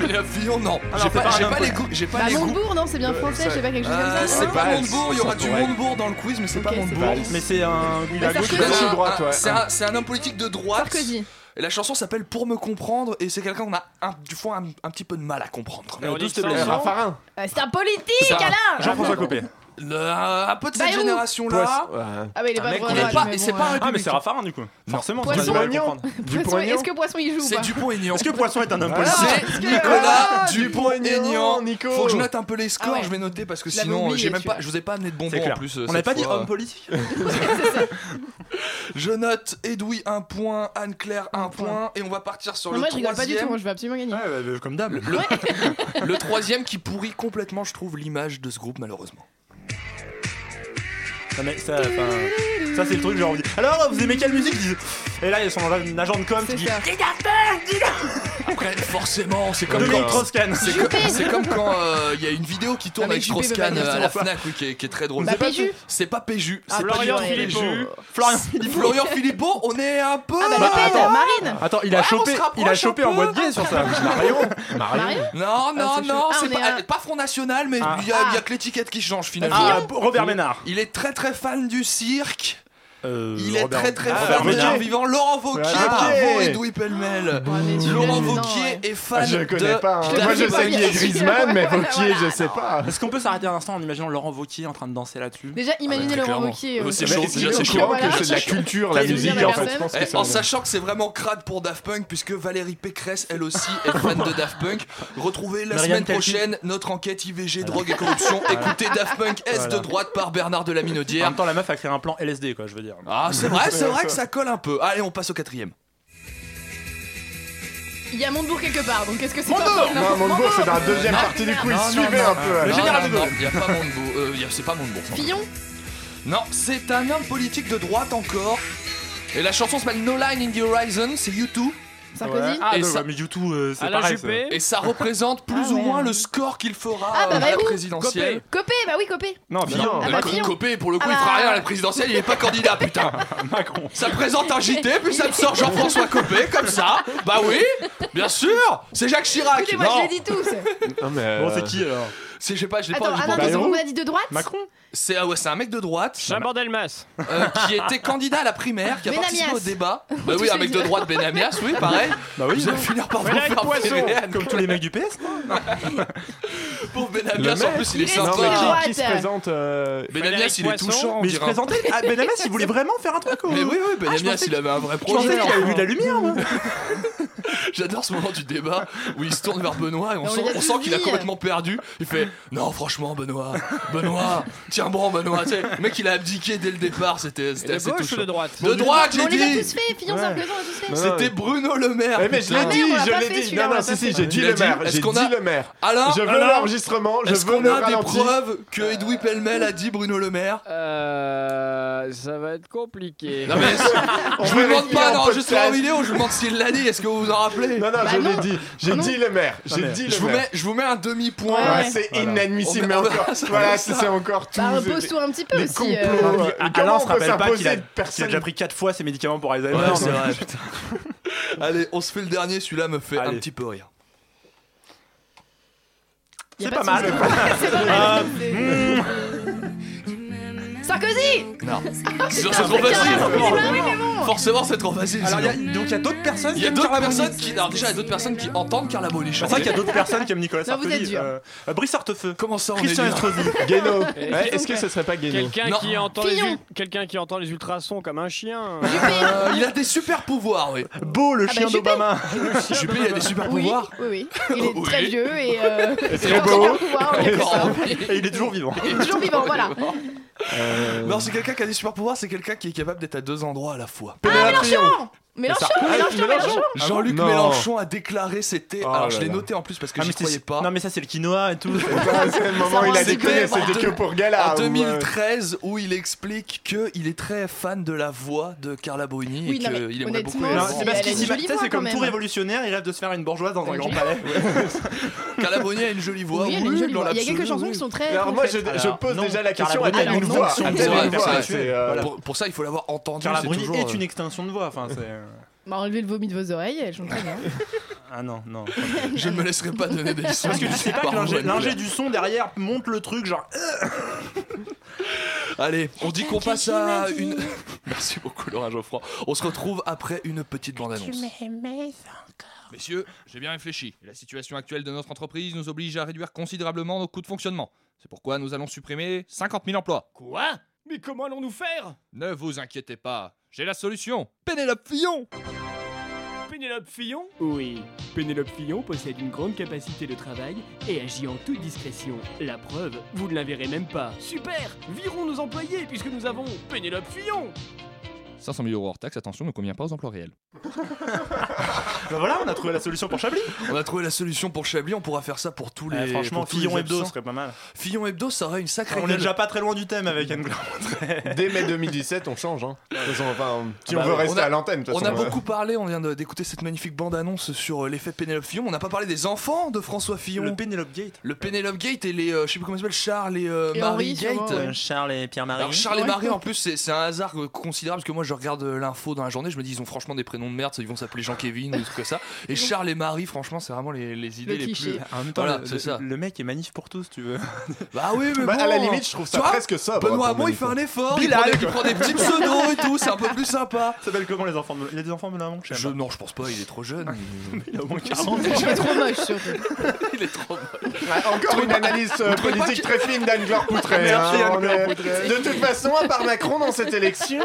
Mais la Fillon, non. Ah non, J'ai c'est pas, pas un j'ai homme pas les politique. goûts. J'ai pas Bah, les goûts. Montebourg, non, c'est bien Euh, français, ça- je sais pas, quelque chose Euh, comme ça. c'est non pas pas elle, Montebourg, il y aura c'est du pas elle. Montebourg dans le quiz, mais c'est pas Ok, c'est Montebourg. pas elle. Mais c'est un. Il Mais a gauche, Sarkozy. il a Bah, C'est Gauche un- ou droite, ouais. c'est un- C'est un homme politique de droite. Sarkozy. Et la chanson s'appelle Pour me comprendre, et c'est quelqu'un qu'on a un, du fond un, un petit peu de mal à comprendre. Euh, Alors, Euh, tous dis te ça, Eh, hein. blessent. Jean. Raffarin. Euh, C'est un politique, Ça. Alain Jean-François Copé. Le- un peu de cette Bayrou. génération-là. Poisson. Ah, bah il est Un pas mec, droit, il est ouais, pas- mais et bon, c'est pas un ouais. Ah, mais c'est Raffarin du coup. Forcément, tu Poisson. dois le comprendre. Poisson, Est-ce que Poisson il joue ou C'est pas Dupont Aignan. Est-ce que Poisson est un homme politique C'est Nicolas Ah, Dupont-Aignan. Nico. Faut que je note un peu les scores, Ah ouais. je vais noter parce que Je l'avais sinon euh, oublié, j'ai même pas, celui-là. je vous ai pas amené de bonbons C'est en clair. plus. euh, On cette n'avait pas dit fois. homme politique Je note Edoui un point, Anne-Claire un Un point. point et on va partir sur Non, le Moi je rigole pas du tout, troisième. Ah, moi je vais absolument gagner. Comme d'hab. Le troisième qui pourrit complètement, je trouve, l'image de ce groupe malheureusement. Non, mais ça, enfin, ça c'est le truc genre on dit. Alors vous aimez quelle musique Ils disent- Et là il y a son un agent de com qui C'est dit ça. Après forcément, c'est comme Dominique quand Troscan. c'est comme- c'est comme quand euh, il y a une vidéo qui tourne Avec avec Juppé Strauss-Kahn Vanessa, euh, à on la voit pas. Fnac oui, qui, est, qui est très drôle. Bah, Péju Ah, C'est pas Péju, c'est pas Florian du tout Philippot. Péju. Florian. Florian Philippot, on est un peu euh, Ah, bah Le Pen, attends. Marine Attends, il a Ouais, Bah, on chopé, se rapproche il a un chopé peu. en boîte gay sur ça. Marion. Marion Non, non, Ah, c'est chaud. non, Ah, c'est on est pas, à- pas Front National, mais il Ah. y, a- il y a Ah. que l'étiquette qui change finalement. Ah, Robert Ménard. Il est très très fan du cirque. Euh, Il est Robert- très très Robert fan de l'art Ménard. vivant. Laurent Vauquier, Voilà. bravo Ok. Edoui Pellemel. Ouais, mais celui-là, Laurent je- non, Vauquier ouais. est fan Ah, je le de. connais pas. hein. Je Moi le je connais sais pas, qui est bien sûr. Griezmann, mais Voilà, Vauquier je voilà. sais pas. Est-ce qu'on peut s'arrêter un instant en imaginant Laurent Vauquier en train de danser là-dessus Déjà, imaginez très Laurent clairement. Wauquiez. euh, Euh, c'est sur- chaud, Mais c'est il déjà, est au chaud. courant Voilà. que c'est de la culture, la Quel musique plaisir, en fait. la Je pense Eh, que c'est en un- sachant que c'est vraiment crade pour Daft Punk, puisque Valérie Pécresse, elle aussi, est fan de Daft Punk. Retrouvez la Marianne semaine Telkin. prochaine notre enquête IVG, drogue et corruption. Écoutez Daft Punk S de Voilà. droite par Bernard de la En Minaudière. même temps, la meuf a créé un plan LSD, quoi, je veux dire. Ah, c'est vrai, c'est vrai que ça colle un peu. Allez, on passe au quatrième. Il y a Montebourg quelque part, donc est-ce que c'est Mondebourg pas Non, Montebourg, c'est dans la deuxième Non, partie du non, quiz. non, Suivez un non, Ah, peu. Non, alors. non, non, y a pas Montebourg. Euh, y a- c'est pas Montebourg. sans doute. Fillon Non, c'est un homme politique de droite encore. Et la chanson s'appelle No Line in the Horizon, c'est U2. Sarkozy Ah, Et non, ça- mais du tout, euh, c'est Alain pareil. ça. Juppé. Et ça représente plus Ah ou ouais. moins le score qu'il fera Ah, bah, euh, à la Bayrou. présidentielle. Copé, bah oui, Copé Non, Fillon. Ah, Euh, bah, Co- Fillon. Copé, pour le coup, Ah, il bah. fera rien à la présidentielle, il est pas candidat, putain. Macron. Ça présente un JT, puis ça me sort Jean-François Copé, comme ça. Bah oui, bien sûr, c'est Jacques Chirac. Écoutez, moi Non, je l'ai dit tous Non, mais, Bon, euh, c'est qui alors C'est, je sais pas, je l'ai pas Attends, entendu ah non, pour- mais on a dit de droite C'est ah ouais, c'est un mec de droite. euh, Un bordel masse. qui était candidat à la primaire, qui a Benamias. participé au débat. Bah oui, Tous un mec les de deux. droite, Benamias, oui, pareil. Bah oui, Vous allez non. finir par vous Voilà, faire poisson, Benamias. comme tous les mecs du PS. Pauvre Benamias, en plus, il est Non, mais sympa. qui, qui se présente euh, Benamias, il est touchant. on Mais il se dirait. présentait. Ah, Benamias, il voulait vraiment faire un truc. ou- Mais oui, Ah, oui, je Benamias, pensais il avait un vrai Je pensais projet. hein. qu'il avait vu de la lumière, moi. J'adore ce moment du débat où il se tourne vers Benoît et on Mais on sent, lui a on tout sent qu'il a dit. complètement perdu. Il fait Non, franchement, Benoît, Benoît, tiens bon, Benoît. Tu sais, le mec, il a abdiqué dès le départ. C'était c'était De assez gauche touchant. ou de droite De droite, Mais On j'ai les a dit tous fait, Fillon, Ouais. Sarkozy, on a tous fait. Non, non, C'était Bruno Le Maire. Eh, mais je l'ai Ah, dit, merde, on l'a pas je fait, l'ai dit. celui-là, Non, on non, l'a si, pas si, fait. j'ai dit Il a le dit, maire. est-ce J'ai qu'on Ah, a- dit le maire. Alors, Je veux alors, l'enregistrement, je Est-ce veux qu'on le a des ralenti. preuves que Edoui Pellemel a dit Bruno Le Maire Euh, ça va être compliqué. Non, mais On je vous demande vérifie pas en d'enregistrer en podcast. vidéo, je vous demande s'il l'a dit, est-ce que vous vous en rappelez Non, non, Bah je non. l'ai dit. J'ai Non. dit le maire. J'ai Ah, mais- dit je le vous, maire. mets, je vous mets un demi-point. Ouais. Ouais, c'est Voilà. inadmissible, On- mais on- encore. ça- Voilà, ça- c'est c'est encore tout. Bah, repose-toi un petit peu Les aussi. euh. complots. euh, Ah, comment Alain on se peut rappelle pas qu'il a, s'imposer de qu'il a personne déjà pris 4 fois ses médicaments pour Alzheimer. Ouais, c'est mais- vrai, putain. Allez, on se fait le dernier, celui-là me fait un Allez. petit peu rire. Y a C'est pas pas de mal. C'est pas mal. C'est- Sarkozy Non. C'est Putain, c'est trop putain, facile. mais bah oui, mais bon. Forcément, c'est trop facile. Alors, il y a- sinon. donc il y a d'autres personnes Il y a qui d'autres aiment Carla Bruni. personnes qui. Alors, déjà, il y a d'autres personnes qui entendent Carla Bruni C'est chanter. vrai qu'il y a d'autres personnes qui aiment Nicolas Non, vous êtes Sarkozy. dur. euh, euh, Brice Hortefeux. Comment ça, on Christian est dur Estrosi. Guéno. Et- Ouais, Est-ce que ce serait pas Guéno Quelqu'un Non. qui, entend les Fillon. ul- quelqu'un qui entend les ultrasons comme un chien. Euh, Il a des super pouvoirs, oui. Beau, le bah, chien Juppé. d'Obama. Juppé, il a des Ah super Oui, pouvoirs. oui, oui. Il est Oui. très vieux et. euh, Très encore beau. un pouvoir, oui. Encore en vie. Et il est toujours vivant. Il est toujours vivant, voilà. Non, c'est quelqu'un qui a des super pouvoirs, c'est quelqu'un qui est capable d'être à deux endroits à la fois. Ah, Mélenchon Mélenchon Mélenchon, Mélenchon Ah Jean-Luc Non. Mélenchon a déclaré c'était. Oh Alors je là l'ai là. noté en plus parce que Ah, je mais n'y croyais c'est- pas. Non, mais ça, c'est le quinoa et tout. C'est le moment où il a C'était déconné, en c'était que deux- pour Gala. ah, en ou, euh, 2013, où il explique qu'il est très fan de la voix de Carla Bruni Oui, et non, mais qu'il aimerait beaucoup honnêtement, la Non, si voir. c'est elle parce a qu'il une s'imagine- jolie tu sais, voix, c'est comme quand tout même. révolutionnaire, il rêve de se faire une bourgeoise dans un Elle grand joue. palais. Carla Bruni a une jolie voix. Oui, elle a une oui, jolie dans voix. Il y a l'absolu, quelques chansons oui. qui sont très. Alors moi, je, concrètes. Alors, je pose non, déjà la Carla question. Bruni, A-t-elle alors une non, voix Ah, c'est A-t-elle vrai, une voix personne. C'est, euh, Voilà. Pour, pour ça, il faut l'avoir entendu. Carla c'est Bruni toujours, est euh, une extinction de voix. Enfin, c'est. Bah, enlevez le vomi de vos oreilles, elle chante très bien. Ah non, non. Je ne me laisserai pas donner des leçons. Parce que tu sais pas Par que l'ingé- Manuel. l'ingé du son derrière monte le truc, genre. Allez, on dit qu'on passe à une. Merci beaucoup, Laurent Geoffroy. On se retrouve après une petite Ah, bande-annonce. Messieurs, j'ai bien réfléchi. La situation actuelle de notre entreprise nous oblige à réduire considérablement nos coûts de fonctionnement. C'est pourquoi nous allons supprimer 50 000 emplois. Quoi Mais comment allons-nous faire Ne vous inquiétez pas, j'ai la solution. Pénélope Fillon Pénélope Fillon Oui. Pénélope Fillon possède une grande capacité de travail et agit en toute discrétion. La preuve, vous ne la verrez même pas. Super Virons nos employés puisque nous avons Pénélope Fillon 500 000 euros hors taxe, attention, ne convient pas aux emplois réels. Bah voilà, on a trouvé la solution pour Chablis. On a trouvé la solution pour Chablis, on pourra faire ça pour tous les. Eh, franchement, pour tous les Fillon Hebdo absents. serait pas mal. Fillon Hebdo, ça aurait une sacrée. On est gueule. déjà pas très loin du thème avec Anne Blanc. Dès mai 2017, on change. Hein. De toute façon, enfin, si Ah bah on veut ouais. rester On a- à l'antenne, de toute On a façon, euh, beaucoup parlé, on vient de- d'écouter cette magnifique bande-annonce sur euh, l'effet Pénélope Fillon. On n'a pas parlé des enfants de François Fillon. Le Le, Penelope Gate. Pénélope Gate et les. euh, je sais plus comment ils s'appellent, Charles et, euh, Et Marie Henri, Gate. sûrement, ouais. Charles et Pierre-Marie. Alors Charles et Marie en plus c'est c'est un hasard euh, considérable parce que moi je regarde euh, l'info dans la journée je me dis ils ont franchement des prénoms de merde ils vont s'appeler Jean Kevin ou des trucs comme ça et Charles et Marie franchement c'est vraiment les, les idées Le les cliché. plus En même temps, Voilà, le, c'est ça. le mec est manif pour tous, tu veux. bah oui mais bah, bon à la limite, je trouve ça Tu vois, presque sobre. hein, Benoît pour Hamon il fait Monique. un effort il Bilal, prend, des, il quoi. prend des petits pseudos et tout c'est un peu plus sympa Ça s'appelle comment les enfants de... Il y a des enfants de Hamon je, non je pense pas il est trop jeune Il a au moins 40. Il est trop moche surtout. il est trop Ah, Encore une analyse euh, trouvez pas politique très fine d'Anne-Claire Poutré. Merci, hein, Anne-Claire on est- De toute façon, à part Macron dans cette élection,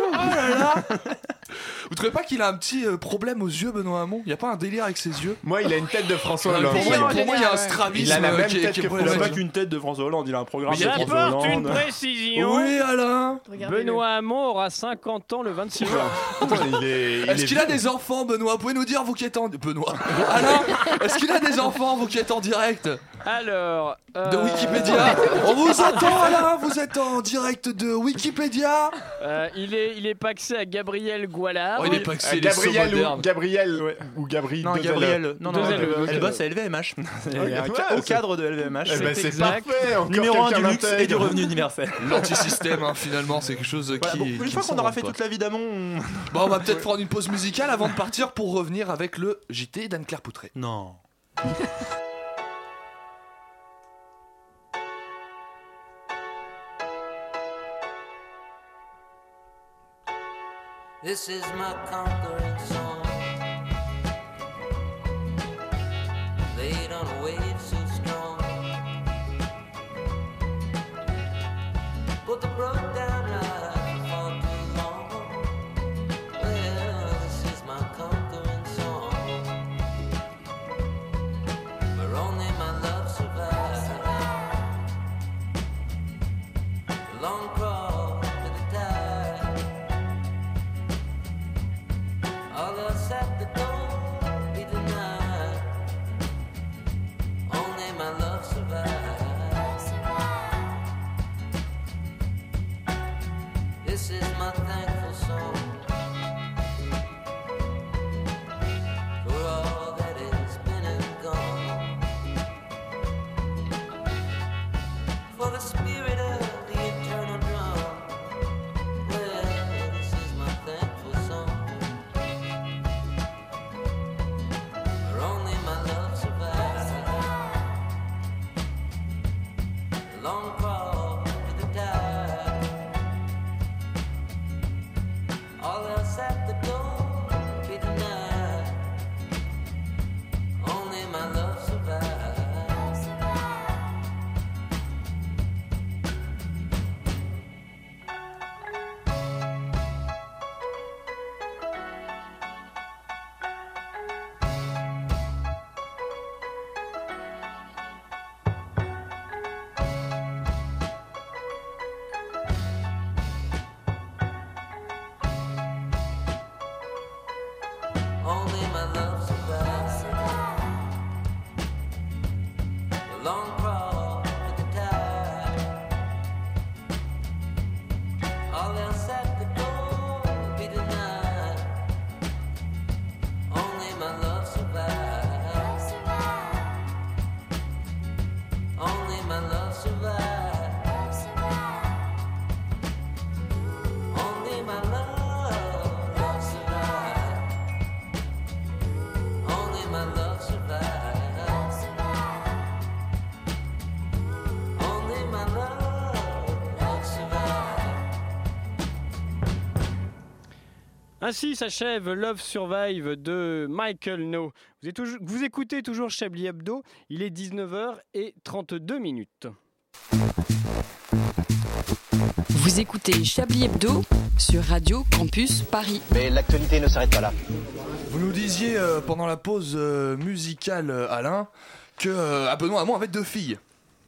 vous trouvez pas qu'il a un petit euh, problème aux yeux Benoît Hamon il y a pas un délire avec ses yeux Euh, moi, il a une tête de François pour moi, Hollande. mais il- pour moi, il y a un Ouais. strabisme Il a la euh, même qui est- tête qui est que Il a François pas problématique. qu'une tête de François Hollande, il a un programme Mais de il François J'apporte une Hollande. précision oui Alain Regardez-le. Benoît Hamon aura 50 ans le 26 juin. Attends, il est- euh, il Est-ce est qu'il a des enfants, Benoît Pouvez nous dire, vous qui êtes en. Benoît Alain Est-ce qu'il a des enfants, vous qui êtes en direct de Alors. euh, Wikipédia On vous entend, Alain Vous êtes en direct de Wikipédia euh, il, est, il est paxé à Gabriel Gualard. Oh, il est pas que Euh, c'est les sauts Gabriel ou modernes. Gabriel Ouais. ou Gabriel Non, deux L. Gabriel. euh, Non, non, Deux L, elle, ok. elle bosse à LVMH. Elle est Ouais, au ouais, ca- au c'est- cadre de Eh LVMH. ben, C'est c'est exact. parfait. encore Numéro 1 quelqu'un du luxe et du l'intègre. revenu universel. L'antisystème, hein, finalement, c'est quelque chose Voilà, qui. bon, une qui fois me qu'on semble aura fait pas. toute la vie d'Amon, on- Bon, on va peut-être prendre une pause musicale avant de partir pour revenir avec le JT d'Anne-Claire Poutré. Non. This is my conquering song. Laid on a wave so strong. But the broke down ride far too long. Well, this is my conquering song. Where only my love survives. Long crawl to the tide. All else at the door be denied. Only my love survives. This is my thankful song. For all that has been and gone. For the spirit of the eternal drum. Well, this is my thankful song. For only my love survives. Long crawl to the tide. All else at the door be denied. Only my love survives. Only my love survives. The long crawl to the tide. All else at the door be denied. Only my love survives. Only my love survives. Only my love, love survives. Only my love survives. Only my love, love survives. Ainsi s'achève Love Survive de Michael No. Vous, êtes toujours- vous écoutez toujours Chablis Hebdo, il est 19h32 minutes. Vous écoutez Chablis Hebdo sur Radio Campus Paris. Mais l'actualité ne s'arrête pas là. Vous nous disiez euh, pendant la pause euh, musicale, euh, Alain, que euh, ah, Benoît Hamon avait deux filles.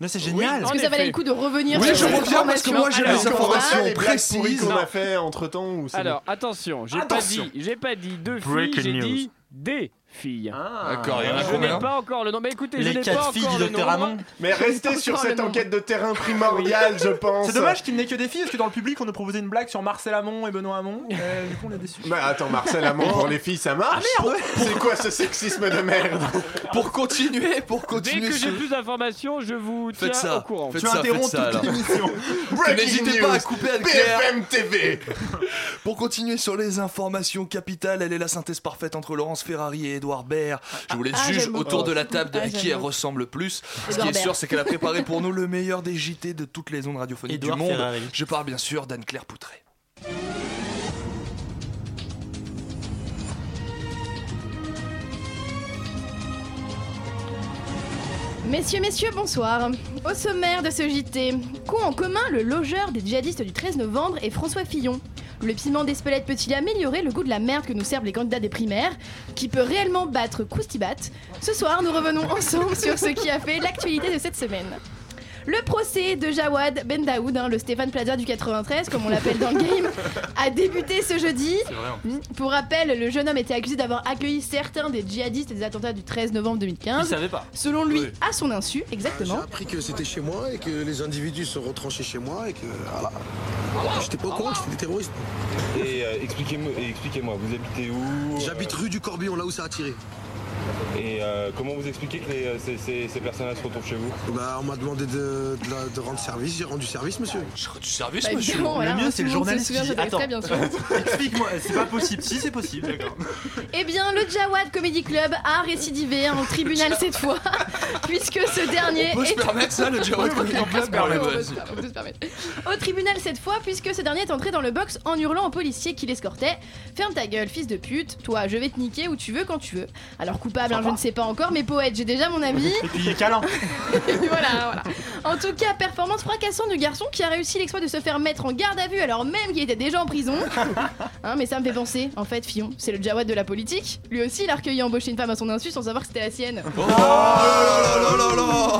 Là, c'est génial. Est-ce que ça valait le coup de revenir Oui, sur je cette reviens parce que information moi j'ai Alors, les informations les blagues pourries précises. qu'on a fait entre temps ou c'est- Alors attention, j'ai pas Attention. dit, j'ai pas dit deux Breaking filles, j'ai news. dit des filles. D'accord, il y en a Je Hein Ah, combien n'ai pas encore le nom. Mais écoutez, Les je n'ai quatre pas filles encore du le docteur nom. Hamon. Mais Je n'ai restez pas sur encore cette le nom. enquête de terrain primordiale, je pense. C'est dommage qu'il n'ait que des filles, parce que dans le public, on nous proposait une blague sur Marcel Amont et Benoît Hamon. euh, du coup, on est déçus. Bah attends, Marcel Amont pour les filles, ça Ah, marche Ah, C'est quoi ce sexisme de merde Pour continuer, pour Dès que j'ai plus d'informations, je vous tiens Faites ça. au courant. Faites Tu ça, interromps faites ça, toute alors. l'émission. N'hésitez pas à couper avec BFM TV. Pour continuer sur les informations capitales, elle est la synthèse parfaite entre Laurence Ferrari et Edouard Baird. Je vous laisse Ah, juge j'aime autour beaucoup. de la table de Ah, à j'aime qui elle beaucoup. ressemble le plus. Ce qui Edouard est sûr, Baird. c'est qu'elle a préparé pour nous le meilleur des JT de toutes les ondes radiophoniques Edouard du monde. Ferrari. Je parle bien sûr d'Anne-Claire Poutré. Messieurs, messieurs, bonsoir. Au sommaire de ce JT, qu'ont en commun le logeur des djihadistes du 13 novembre et François Fillon Le piment d'Espelette peut-il améliorer le goût de la merde que nous servent les candidats des primaires Qui peut réellement battre Coustibat Ce soir, nous revenons ensemble sur ce qui a fait l'actualité de cette semaine. Le procès de Jawad Ben Daoud, hein, le Stéphane Plaza du 93, comme on l'appelle dans le game, a débuté ce jeudi. C'est vrai, en Pour rappel, le jeune homme était accusé d'avoir accueilli certains des djihadistes des attentats du 13 novembre 2015. Il savait pas. Selon lui, Oui. à son insu, exactement. J'ai appris que c'était chez moi et que les individus se retranchaient chez moi et que. Voilà. J'étais pas au courant que j'étais des terroristes. Et expliquez-moi, vous habitez où J'habite rue du Corbillon, là où ça a tiré. Et euh, comment vous expliquez que les- ces, ces- ces personnes-là se retrouvent chez vous Bah, on m'a demandé de, de la- de rendre service, j'ai rendu service, monsieur. J'ai rendu service, Bah, monsieur évidemment, Le voilà, mieux, hein, c'est le tout le monde journaliste se souvient qui de dit, cet extrait, Attends, bien explique-moi, c'est pas possible. Si, c'est possible, d'accord. Eh bien, le Jawad Comedy Club a récidivé en tribunal cette fois, puisque ce dernier On peut se est permettre ça, le Jawad Oui, voilà, Comedy on peut se Club permettre, Non, mais on peut vas-y. se permettre, on peut se permettre. Au tribunal cette fois, puisque ce dernier est entré dans le box en hurlant au policier qui l'escortait. Ferme ta gueule, fils de pute. Toi, je vais te niquer où tu veux quand tu veux. Alors coupable, hein, je ne sais pas encore, mais poète, j'ai déjà mon avis. Et puis il est câlin. voilà, voilà. En tout cas, performance fracassante du garçon qui a réussi l'exploit de se faire mettre en garde à vue alors même qu'il était déjà en prison. Hein, mais ça me fait penser, en fait, Fillon, c'est le Jawad de la politique. Lui aussi, il a recueilli embaucher une femme à son insu sans savoir que c'était la sienne. Ah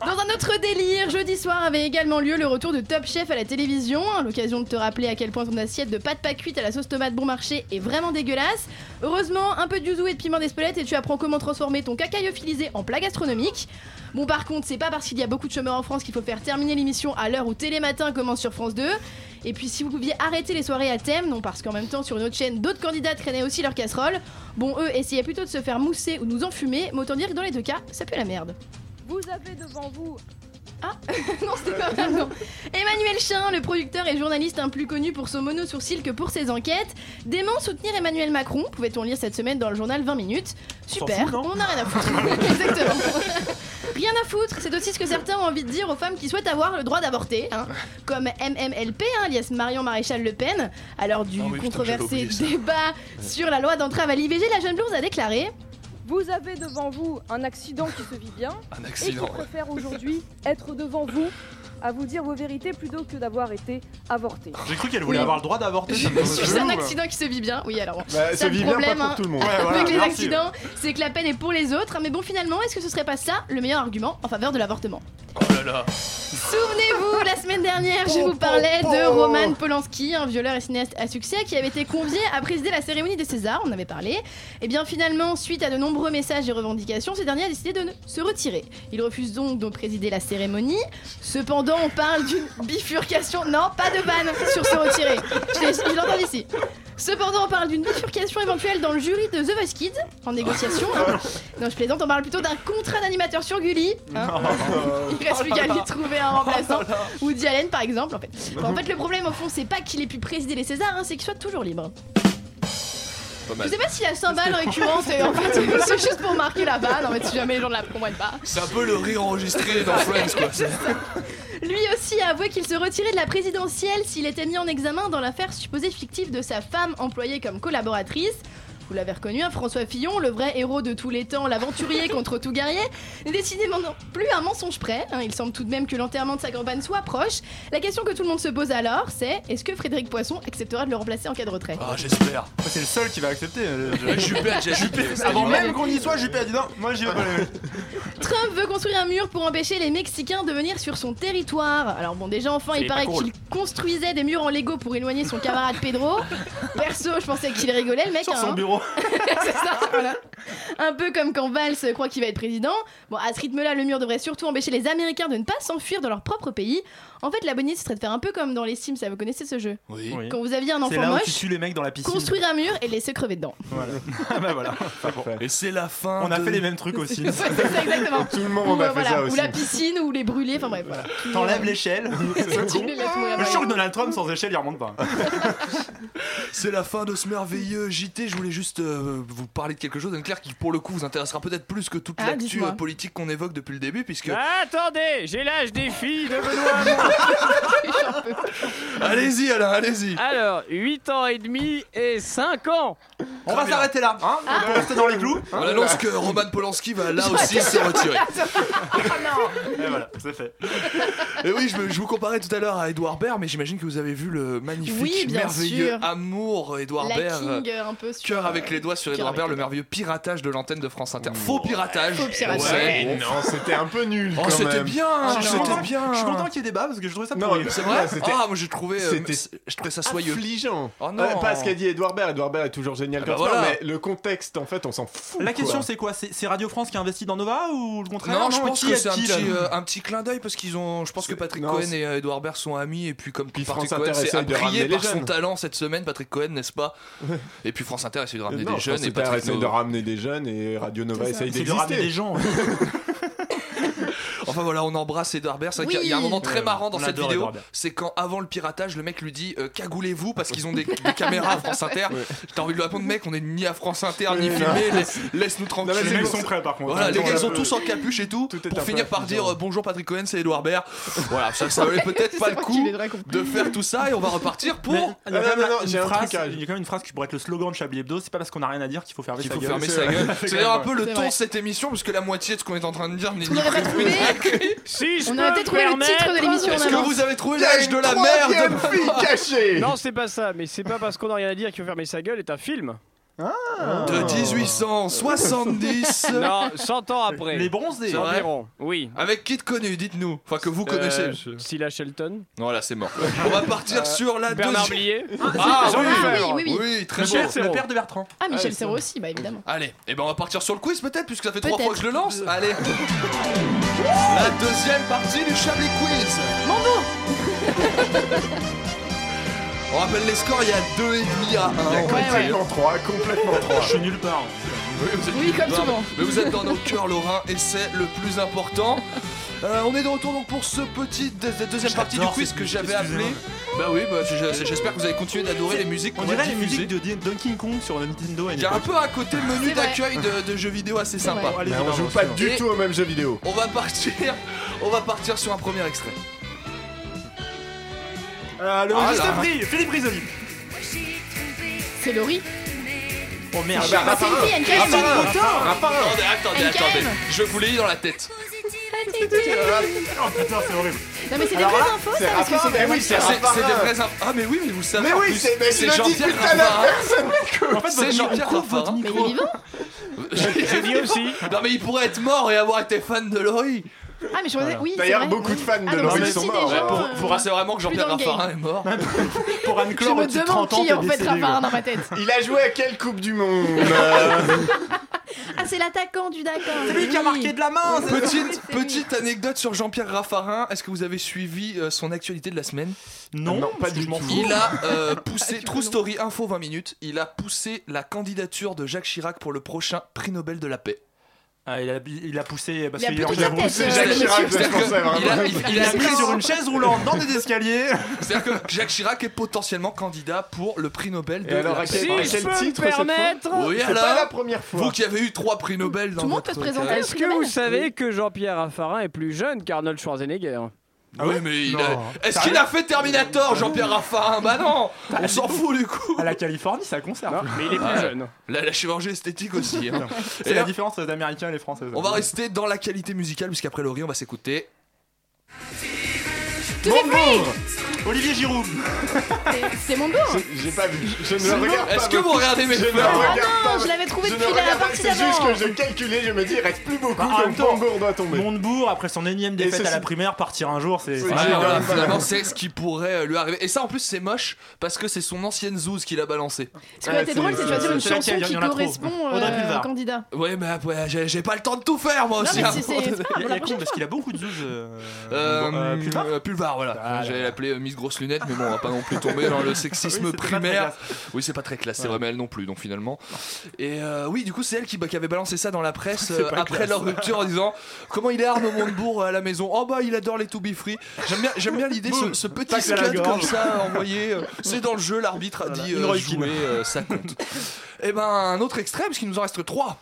Dans un autre délire, jeudi soir avait également lieu le retour de Top Chef à la télévision, à l'occasion de te rappeler à quel point ton assiette de pâte pas cuite à la sauce tomate bon marché est vraiment dégueulasse. Heureusement, un peu de yuzu et de piment d'Espelette et tu apprends comment transformer ton cacaïophilisé en plat gastronomique. Bon par contre, c'est pas parce qu'il y a beaucoup de chômeurs en France qu'il faut faire terminer l'émission à l'heure où Télématin commence sur France 2. Et puis si vous pouviez arrêter les soirées à thème, non parce qu'en même temps sur une autre chaîne, d'autres candidats traînaient aussi leurs casseroles. Bon, eux essayaient plutôt de se faire mousser ou de nous enfumer, mais autant dire que dans les deux cas, ça pue la merde. Ah, Vous avez devant vous non, c'était pas mal, non. Emmanuel Chin, le producteur et journaliste un plus connu pour son mono-sourcil que pour ses enquêtes, dément soutenir Emmanuel Macron, pouvait-on lire cette semaine dans le journal 20 minutes. Super, on n'a rien à foutre. Exactement. Rien à foutre, c'est aussi ce que certains ont envie de dire aux femmes qui souhaitent avoir le droit d'avorter, hein. comme MMLP, hein, alias Marion Maréchal Le Pen. Alors du Ah oui, putain, j'avais controversé oublié ça. débat sur la loi d'entrave à l'IVG, la jeune blonde a déclaré Ah, Vous avez devant vous un accident qui se vit bien. Un Et accident, qui ouais. préfère aujourd'hui être devant vous à vous dire vos vérités plutôt que d'avoir été avorté. J'ai cru qu'elle voulait avoir le droit d'avorter. ça me Je pose suis chelou, un là. accident qui se vit bien. Oui, alors. Bah, ça, se le vit bien, pas problème pour hein, tout le monde. Ouais, voilà, avec les merci. accidents, c'est que la peine est pour les autres. Mais bon, finalement, est-ce que ce serait pas ça le meilleur argument en faveur de l'avortement Oh là là. Souvenez-vous, la semaine dernière, je vous parlais de Roman Polanski, un violeur et cinéaste à succès qui avait été convié à présider la cérémonie des Césars, on avait parlé. Et bien finalement, suite à de nombreux messages et revendications, ce dernier a décidé de ne- se retirer. Il refuse donc de présider la cérémonie. Cependant, on parle d'une bifurcation. Non, pas de vanne sur se retirer. Je l'ai- Je l'entends ici. Cependant, on parle d'une bifurcation éventuelle dans le jury de The Voice Kids, en négociation. hein. Non, je plaisante, on parle plutôt d'un contrat d'animateur sur Gulli. hein. Il reste plus qu'à lui trouver un remplaçant. Woody Allen, par exemple, en fait. Enfin, en fait, le problème, au fond, c'est pas qu'il ait pu présider les Césars, hein, c'est qu'il soit toujours libre. Pas mal. Je sais pas si la cymbale récurrente, est- en fait, c'est juste pour marquer la vanne, en fait, si jamais les gens ne la comprennent pas. C'est un peu le rire enregistré dans Friends, quoi. C'est- Lui aussi a avoué qu'il se retirait de la présidentielle s'il était mis en examen dans l'affaire supposée fictive de sa femme employée comme collaboratrice. Vous l'avez reconnu, hein, François Fillon, le vrai héros de tous les temps, l'aventurier contre tout guerrier, n'est décidément non plus un mensonge près. hein. il semble tout de même que l'enterrement de sa campagne soit proche. La question que tout le monde se pose alors, c'est est-ce que Frédéric Poisson acceptera de le remplacer en cas de retrait Ah, j'espère. C'est le seul qui va accepter. euh, je- Ouais, Juppé a déjà accepté. Juppé. Avant même qu'on y soit, Juppé a dit non, moi j'y vais pas. les- Trump veut construire un mur pour empêcher les Mexicains de venir sur son territoire. Alors bon, déjà enfin, C'est il paraît pas cool. qu'il construisait des murs en Lego pour éloigner son camarade Pedro. Perso, je pensais qu'il rigolait, le mec. Sur hein. son bureau. C'est ça, voilà. Un peu comme quand Valls croit qu'il va être président. Bon, à ce rythme-là, le mur devrait surtout empêcher les Américains de ne pas s'enfuir dans leur propre pays. En fait, la bonne idée, ce serait de faire un peu comme dans les Sims. Ça, vous connaissez ce jeu Oui. Quand vous aviez un C'est enfant là où tu moche, tues les mecs dans la piscine. construire un mur et le laisser crever dedans. Voilà. Ah bah voilà. Et c'est la fin. On a de- fait les mêmes trucs aussi. Ouais, c'est ça, exactement. Tout le Ou, euh, voilà, Ou la piscine, ou les brûler, enfin bref, voilà. T'enlèves l'échelle. Tu les laisses mourir. Je suis sûr que Donald Trump sans échelle il remonte pas. C'est la fin de ce merveilleux JT. Je voulais juste euh, vous parler de quelque chose, Anne-Claire, qui pour le coup vous intéressera peut-être plus que toute Ah, l'actu dites-moi. euh, politique qu'on évoque depuis le début, puisque. Ah. Ah, Attendez, j'ai l'âge des filles de Benoît. Allez-y, Alain, allez-y. Ah. Alors, 8 ans et demi et 5 ans. On va s'arrêter là, hein Ah. On reste dans les clous. On annonce que Roman Polanski va là aussi se retirer. Et voilà, c'est fait. Et oui, je, me- je vous comparais tout à l'heure à Edouard Baird, mais j'imagine que vous avez vu le magnifique, Oui, bien merveilleux sûr. amour Edouard Baird. Lacking euh, un peu sur. Cœur avec les doigts sur Cœur Edouard avec Baird, les le merveilleux piratage de l'antenne de France Inter. Faux piratage. Faux piratage. on sait. Ouais, non, c'était un peu nul. Oh, quand c'était même. bien, Je suis c'était content- bien. Je suis content qu'il y ait débat parce que je trouvais ça Non, pourri. mais C'est vrai c'était- Ah, moi j'ai trouvé. euh, c'était c- je trouvais Ah, ça soyeux. Affligeant. Oh non. Ouais, pas ce qu'a dit Edouard Baird. Edouard Baird est toujours génial Ah bah comme ça, voilà. mais le contexte, en fait, on s'en fout. La question quoi. c'est quoi C'est c'est Radio France qui investit dans Nova ou le contraire Non, je pense qui que est-ce c'est un, qui, petit, là euh, un petit clin d'œil parce qu'ils ont. Je pense que Patrick non, Cohen c'est- et euh, Edouard Baird sont amis et puis comme Puis France Patrick Cohen Inter s'est essaye de ramener apprié les par son jeunes. talent cette semaine, Patrick Cohen, n'est-ce pas Et puis France Inter essaye de ramener Non, des je pense jeunes et que Inter Patrick essaye de Cohen. ramener des jeunes et Radio Nova C'est ça. essaye C'est de d'exister. ramener des gens. Enfin voilà, on embrasse Edouard Baird. C'est vrai qu'il y a- Oui. Il y a un moment très Ouais, marrant dans on cette adore vidéo, Edouard Baird. c'est quand avant le piratage, le mec lui dit euh, cagoulez-vous parce qu'ils ont des, des caméras à France Inter. T'as envie de lui répondre mec, on est ni à France Inter ni Ouais, filmé, non. laisse- laisse-nous tranquille. mais les mecs sont prêts, par contre. Voilà, Ils les sont gars ils un sont peu- tous en capuche et tout est pour un finir peu par dire euh, bonjour Patrick Cohen, c'est Edouard Baird. Voilà, ça ça valait peut-être pas le coup de faire tout ça et on va repartir pour. Ah, Il y a Euh, quand non, même non, une j'ai un phrase- truc à- il y a quand même une phrase qui pourrait être le slogan de Chablis Hebdo c'est pas parce qu'on a rien à dire qu'il faut fermer Il sa faut gueule. fermer sa gueule. C'est d'ailleurs un peu le C'est ton vrai. de cette émission, parce que la moitié de ce qu'on est en train de dire n'est On ni aurait pas plus ni moins. Si je On aurait peux peut-être trouvé le permettre- titre de l'émission en Est-ce que avance. vous avez trouvé Il y a l'âge une de la troisième merde fille cachée. Non, c'est pas ça, mais c'est pas parce qu'on a rien à dire qu'il faut fermer sa gueule est un film. De 1870 Oh. Non, 100 ans après. Les bronzés. C'est vrai Environ, oui. Avec qui de connu, dites-nous. Enfin, que vous connaissez. Euh, Scylla Shelton. Non, là, c'est mort. On va partir Euh, sur la Bernard deuxième- Blier. Ah, Jean oui, Lefebvre. oui, oui, très Le bon. père Serrault. Le père de Bertrand. Ah, Michel Serrault aussi, bah évidemment. Allez, et ben on va partir sur le quiz peut-être, puisque ça fait trois Peut-être. fois que je le lance. Allez. la deuxième partie du Chablis Quiz. Mon On rappelle les scores, il y a 2,5 à 1. Complètement 3, complètement 3. Je suis nulle part. Oui, vous êtes Oui, nulle comme part, souvent. Mais vous êtes dans nos cœurs, Laurent, et c'est le plus important. Euh, on est de retour donc pour ce petit de- de- deuxième partie du J'adore quiz cette que musique, j'avais appelé. Bah oui, bah, je- je- j'espère que vous allez continuer d'adorer les musiques. On qu'on dirait va les diffuser. musiques de Di- Donkey Kong sur Nintendo. à une Il y a un époque. peu à côté menu C'est vrai. d'accueil de, de jeux vidéo assez C'est vrai. sympa. Allez, Mais on joue pas du tout au même jeu vidéo. On va partir, on va partir sur un premier extrait. Oh. Ah, le Ah juste là. pris, Philippe Risoli. C'est Laurie. Oh merde, Ah bah, Raphaël, Raphaël, il y a une cage de Raphaël, moto. Raphaël. Attendez, attendez, Elle attendez. calme. Je vous l'ai dit dans la tête. Oh putain, c'est horrible. Non, mais c'est des Alors vraies là, infos, ça, parce que c'est des vraies c'est infos. c'est des vraies infos. Ah mais oui, mais vous savez. Mais en oui, plus, c'est- mais tu le dis Jean-Pierre depuis tout à l'heure, Raffarin. personne ne connaît. En fait, votre C'est micro Jean-Pierre couvre votre Raffarin. Mais il est vivant J'ai dit aussi. Non mais il pourrait être mort et avoir été fan de Laurie. Ah, mais je pensais. Oui, c'est D'ailleurs, vrai. beaucoup de fans Ah, de donc Laurie c'est sont aussi des morts. gens, Pour- hein. euh, pour assurer vraiment que plus Jean-Pierre dans le game. Raffarin est mort. Pour Je Anne-Claude, me au-dessus de 30 demande ans, qui t'es en fait décédé. Raffarin dans ma tête. Il a joué à quelle Coupe du Monde euh, Ah, c'est l'attaquant du Dakar. C'est lui qui a marqué de la main. c'est- Petite, petite anecdote sur Jean-Pierre Raffarin. Est-ce que vous avez suivi euh, son actualité de la semaine Non, Non, pas du tout. Il a euh, poussé, True Story Info 20 minutes, il a poussé la candidature de Jacques Chirac pour le prochain prix Nobel de la paix. Ah, il, a, il a poussé parce Il a qu'il est poussé en la tête, Jacques euh, le Chirac, monsieur. je pense, C'est-à-dire ouais, que il a- vraiment. il a- Il il a a pris pris- sur une chaise roulante dans des escaliers. C'est-à-dire que Jacques Chirac est potentiellement candidat pour le prix Nobel de Et alors, la à quel- paix. à quel titre cette fois Oui, C'est alors, pas la première fois. Vous qui avez eu trois prix Nobel dans votre carrière. Est-ce que vous savez que Jean-Pierre Raffarin est plus jeune qu'Arnold Schwarzenegger Ah oui, mais il Non. a... Est-ce qu'il a fait Terminator, Jean-Pierre Raffarin Bah non On s'en fout du coup À la Californie, ça conserve. mais il est plus Ah, jeune. La, la chirurgie esthétique aussi. hein. C'est Et la là, différence des Américains et les Français. on va rester dans la qualité musicale, puisqu'après Laurie, on va s'écouter. Bonjour Olivier Giroud C'est- C'est mon goût. J'ai pas vu. Je ne C'est le regarde bon. pas. Est-ce Ah, bah, que beaucoup. vous regardez mes Je ne fleurs regarde Ah non, pas je l'avais trouvé je ne depuis la regarde pas. partie C'est juste d'avant. que je calculais, je me dis, il reste plus beaucoup, Bah, en même donc temps, Montebourg doit tomber. Montebourg, après son énième défaite ceci- à la primaire, partir un jour, c'est. Ah, Ouais, voilà, finalement, c'est ce qui pourrait euh, lui arriver. Et ça, en plus, c'est moche parce que c'est son ancienne zouze qui l'a balancé. Ce qui aurait été drôle, c'est de choisir une chanson qui correspond euh, au candidat. Ouais, mais après, j'ai j'ai pas le temps de tout faire, moi Non, aussi. mais hein. c'est- c'est- c'est pas grave, Il y la a con parce qu'il a beaucoup de zouz. euh, Euh, bon, euh, Pulvar euh, Pulvar, voilà. J'allais l'appeler euh, Miss Grosse Lunette, mais bon, on va pas non plus tomber dans le Oui, sexisme c'était pas très primaire. classe. Oui, c'est pas très classe, c'est vrai, mais elle non plus, donc finalement. Et euh, oui, du coup, c'est elle qui, qui avait balancé ça dans la presse C'est euh, pas après classe. leur rupture en disant Comment il est Arnaud Montebourg à la maison Oh bah, il adore les To Be Free. J'aime bien, j'aime bien l'idée, ce, Boum. ce petit Tac à la scud gorge. comme ça envoyé. euh, c'est dans le jeu, l'arbitre a dit Une euh, Roy Keane. jouer, euh, ça compte. Et ben, un autre extrême, parce qu'il nous en reste trois.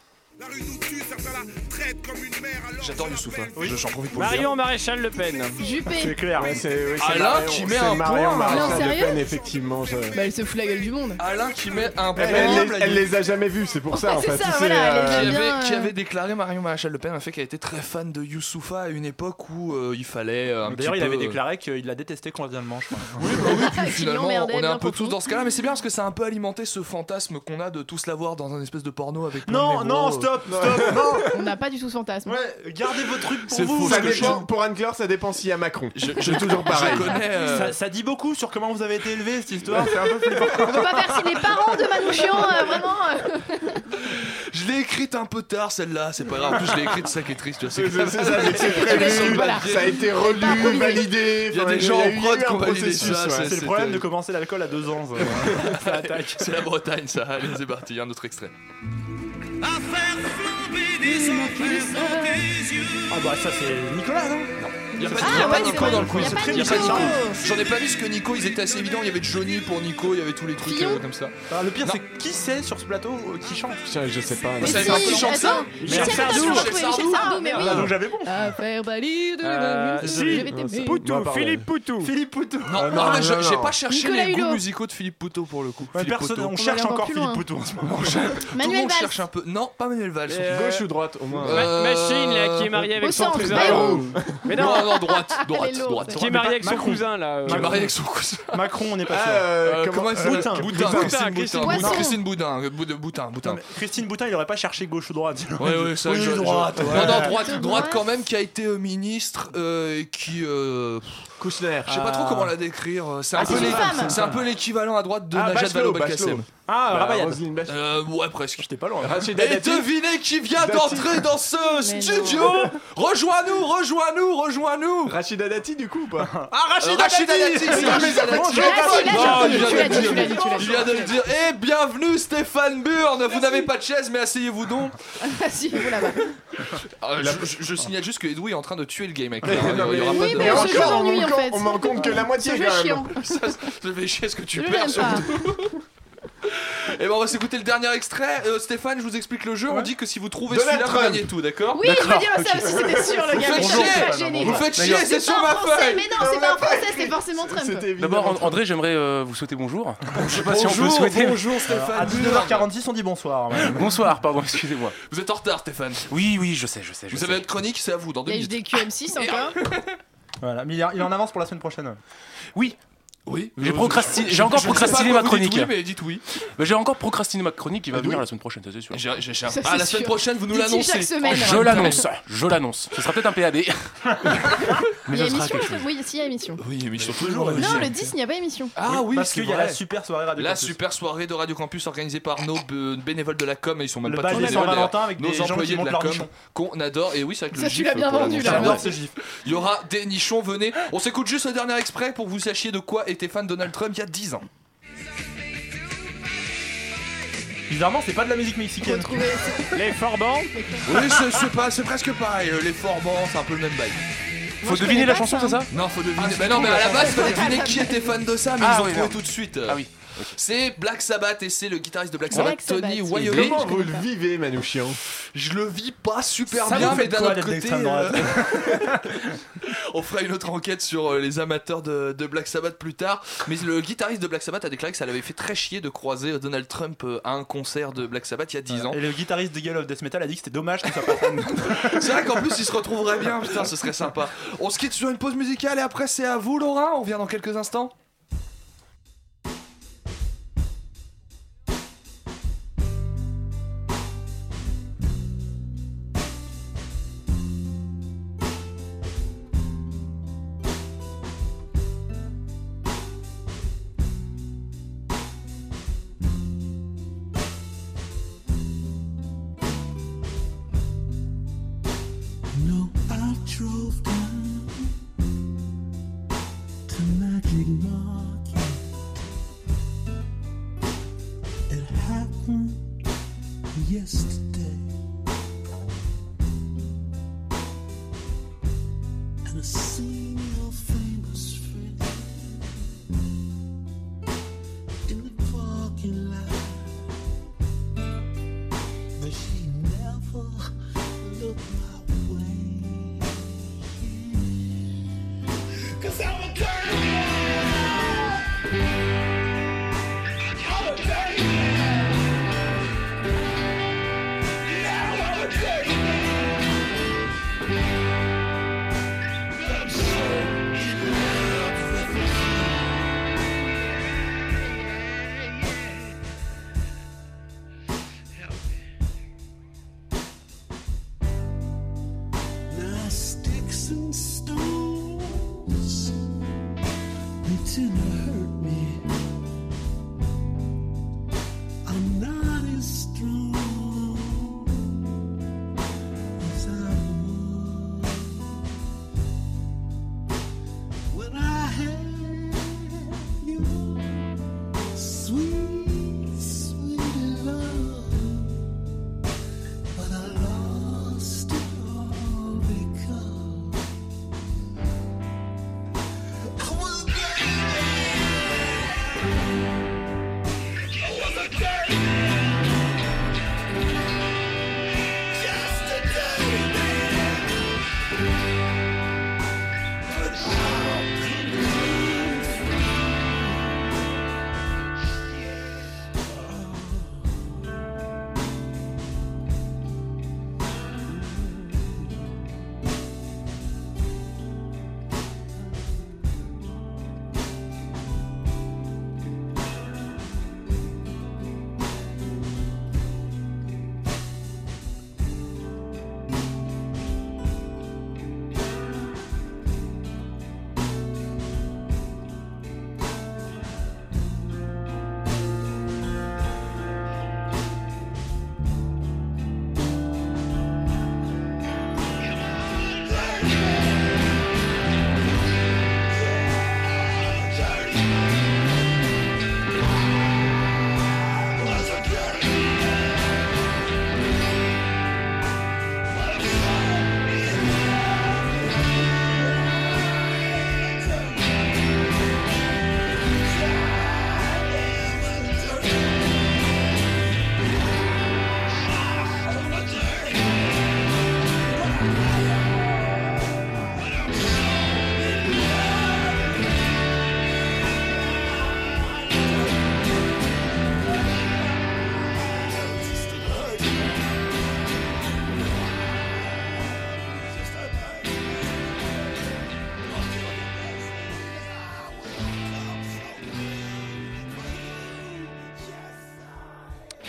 J'adore Youssouf, hein. Je- j'en profite pour le dire. Marion Maréchal Le Pen. Juppé. C'est clair. Ouais, c'est, ouais, c'est Alain Marion- Ah, qui met c'est un Marion point. Maréchal Non, Le sérieux Pen, effectivement. je- Bah, elle se fout la gueule du monde. Alain qui met un point. Elle, elle les- elle les a jamais vus, c'est pour ça en Ouais, fait. c'est ça, C'est, voilà, euh, qui, bien, avait, euh. qui avait déclaré Marion Maréchal Le Pen a fait qu'elle était très fan de Youssoufa à une époque où euh, il fallait euh, un D'ailleurs, petit il avait peu, euh, déclaré qu'il la détestait cordialement, je crois. puis finalement l'emmerdait on est bien un peu profond. tous dans ce cas-là mais c'est bien parce que ça a un peu alimenté ce fantasme qu'on a de tous la voir dans un espèce de porno avec plein de Non, négros, non, euh. stop, stop, non On n'a pas pas du tout ce fantasme. Ouais, gardez vos trucs C'est fou, parce ça que je- dépend, Pour Anne-Claire, ça dépend s'il y a Macron. C'est toujours pareil. Je connais, euh, ça, ça dit beaucoup sur comment vous avez été élevé cette histoire. C'est un peu On peut pas faire si les parents de Manouchian, euh, vraiment. euh, Je l'ai écrite un peu tard celle-là, c'est pas grave. En plus, je l'ai écrite, c'est ça qui est triste. tu vois, C'est- c'est ça, c'est que c'est Sur le prévu, papier. ça a été relu, validé, Il y a enfin, des il gens y a en eu- il y prod a eu qui ont un validé processus, ça. ouais. c'est- C'est le c'est problème de terrible. commencer l'alcool à deux ans. ça. Ça attaque. C'est la Bretagne, ça. Allez, c'est parti, un autre extrait. Ah bah ça c'est Nicolas non Non. Il y a pas, Ça, il y c'est a pas Nicolas. Nico dans le quiz. Il y a pas Il y a pas Nico. Nico. J'en ai pas mis parce que Nico, ils étaient assez évidents. Il y avait Johnny pour Nico, il y avait tous les trucs euh, comme ça. Ah, le pire c'est qui c'est sur ce plateau euh, qui chante Ah, Je, sais pas. Mais c'est un peu chante ça. Michel Michel Sardou. Sardou. Michel Sardou. mais oui. Ah, donc j'avais bon. À faire valide Euh, le si. musique, je vais Non, c'est- t'aimer. Poutou, Moi, pardon. Philippe Poutou. Philippe Poutou. Non, Ah, non, non, mais je- non, j'ai non. pas cherché Nicolas les goûts Hulot. musicaux de Philippe Poutot pour le coup. Ouais, Philippe personne- Poutot. on On cherche va aller encore plus loin. Philippe Poutot Poutot en ce moment. Tout le Manuel monde Valls. cherche un peu. Non, pas Manuel Valls. Euh, Gauche ou droite, au moins Euh, Ma- Machine là, qui est mariée avec son Au centre, cousin. Bayrou. Mais non, Non, non, droite, droite, Elle est lourde. droite. Qui est mariée avec son cousin là. euh, Qui est mariée avec son cousin. Macron, on n'est pas Ah, sûr. euh, comment elle s'appelle Boutin. Boutin, Boutin. Christine Boutin. Boutin. Christine Boudin, euh, Boudin, Boutin, Boutin. Non, mais Christine Boutin, il aurait pas cherché gauche ou droite. Ouais, ouais, c'est vrai Oui, que je- je- droite. Non, ouais. non, droite, droite quand même, qui a été euh, ministre euh, et qui. euh, Kouchner. Je sais pas trop Ah. comment la décrire. euh, C'est Ah, un peu c'est une l'é- femme. c'est un peu l'équivalent à droite de Ah, Najat Bachelot, Vallaud-Belkacem. Bachelot. Ah, Bah, Rabayad. Roselyne Bachelot. Euh, ouais, presque. J'étais pas loin. Rachida Et Dati. devinez qui vient Dati. d'entrer dans ce Mais studio non. Rejoins-nous, rejoins-nous, rejoins-nous Rachida Dati, du coup, ou pas Ah, Rachida Euh, Rachida Dati, Dati, c'est c'est Rachida Rachida Dati. Dati. Ah, si, là, j'ai Oh, entendu, il vient tu de le l'as dit, dire. tu l'as dit, Il tu vient l'as de dit. le dire. Eh, bienvenue Stéphane Burn Vous n'avez pas de chaise, mais asseyez-vous donc Asseyez-vous là-bas. Euh, je, je- je signale juste que Edoui est en train de tuer le game avec Mais la- non, il y aura mais- pas Ah, Oui, de- mais Et on se encore, rend on mieux, en encore, fait. on m'en compte que la moitié Ce jeu quand chiant. même. Ça, ça fait chier ce que tu Je perds l'aime pas. surtout. Et ben on va s'écouter le dernier extrait. Euh, Stéphane, je vous explique le jeu. On dit que si vous trouvez Donald celui-là, vous Trump. gagnez tout, d'accord Oui, je veux dire ça parce que c'était sûr, le Vous gars. faites ça, ça m'a chier. gêné, Vous quoi. faites chier, c'est sur pas ma en français, feuille. Mais non, c'est pas en français, c'est forcément Trump. D'abord, An- André, j'aimerais euh, vous souhaiter bonjour. Je sais pas si on peut Bonjour, souhaiter. bonjour, Stéphane. Alors, à 19 heures. 19h46, on dit bonsoir. Bonsoir, pardon, excusez-moi. Vous êtes en retard, Stéphane. Oui, oui, je sais, je sais. je Vous sais. avez votre chronique, c'est à vous dans deux minutes. HDQM6 encore. Voilà, mais il est- il est en avance pour la semaine prochaine. Oui. Oui. Euh, J'ai procrasti- Je- j'ai encore je ne sais pas procrastiné pourquoi ma vous dites chronique. Oui, mais dites oui. Bah, J'ai encore procrastiné ma chronique qui va Oui. venir la semaine prochaine, ça, c'est sûr. J'ai- j'ai- j'ai- Ça, ah, la c'est semaine sûr. prochaine, vous nous Dites-il l'annoncez. chaque semaine. Je l'annonce, je l'annonce. Ce sera peut-être un PAD. Mais Il y a ce sera émission, quelque chose. oui, si, il y a émission. Oui, émission toujours. Non, le 10, il n'y a pas émission. Ah oui, parce c'est qu'il y a la vrai. super soirée Radio La Campus. super soirée de Radio Campus organisée par nos b- bénévoles de la com, et ils sont même Le pas tous ballet bénévoles Saint-Valentin d'ailleurs. avec nos des gens qui employés montent de la leurs com nichons. qu'on adore. Et oui, c'est avec le Ça, tu gif, l'as bien pour vendu, l'annoncer. là. J'adore ce gif. Il y aura des nichons, venez. On s'écoute juste le dernier exprès pour que vous sachiez de quoi était fan Donald Trump il y a 10 ans. Bizarrement, c'est pas de la musique mexicaine. Les Forbans. Oui, c'est- c'est pas- c'est presque pareil. euh, Les Forbans, c'est un peu le même bail. Faut deviner la chanson, c'est ça Non, faut deviner. Ah, c'est bah non, tout, mais à la la chanson. base, fallait deviner qui était fan de ça, mais Ah ils ont oui, trouvé non. tout de suite. Ah oui. C'est Black Sabbath et c'est le guitariste de Black Ouais. Sabbath, Black Sabbath. Tony Et Iommi. Comment vous le vivez, Manouchian Je le vis pas super Ça bien, vous fait mais d'un quoi autre d'être côté, euh, d'extrême droite on fera une autre enquête sur euh, les amateurs de, de Black Sabbath plus tard. Mais le guitariste de Black Sabbath a déclaré que ça l'avait fait très chier de croiser euh, Donald Trump euh, à un concert de Black Sabbath il y a 10 ans. Et le guitariste de Gale of Death Metal a dit que c'était dommage qu'il soit pas fan. C'est vrai qu'en plus, il se retrouverait bien, putain, ce serait sympa. On se quitte sur une pause musicale et après, c'est à vous, Laura. On revient dans quelques instants. No, I drove down to Magic Market. It happened yesterday. And I seen your famous friend in the parking lot. But she never looked my way. Cause I'm a dirty man. I'm a dirty man. Now I'm a dirty man. I'm so in love with you. Help me.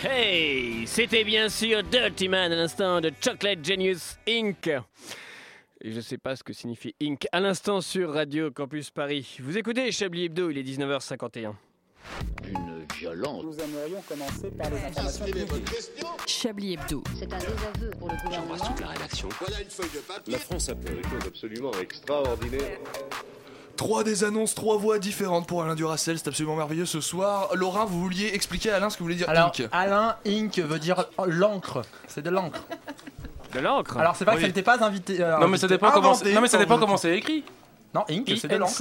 Hey C'était bien sûr Dirty Man à l'instant de Chocolate Genius Inc. Et je sais pas ce que signifie Inc. À l'instant sur Radio Campus Paris. Vous écoutez Chablis Hebdo, il est 19h51. Une violence. Nous aimerions commencer par les informations Chablis Hebdo. C'est un désaveu pour le gouvernement. La rédaction. Voilà une feuille de papier. La France a fait des choses absolument extraordinaires. Trois des annonces, trois voix différentes pour Alain Duracel, c'est absolument merveilleux ce soir. Laura, vous vouliez expliquer à Alain ce que vous voulez dire Alors, Inc. Alain Inc veut dire l'encre. C'est de l'encre. De l'encre Alors, c'est pas que ça n'était pas invité. euh, Non, mais ça invité- dépend comment inventé, c'est- non, mais ça dépend pardon. comment c'est écrit. Non, Inc, c'est de l'encre.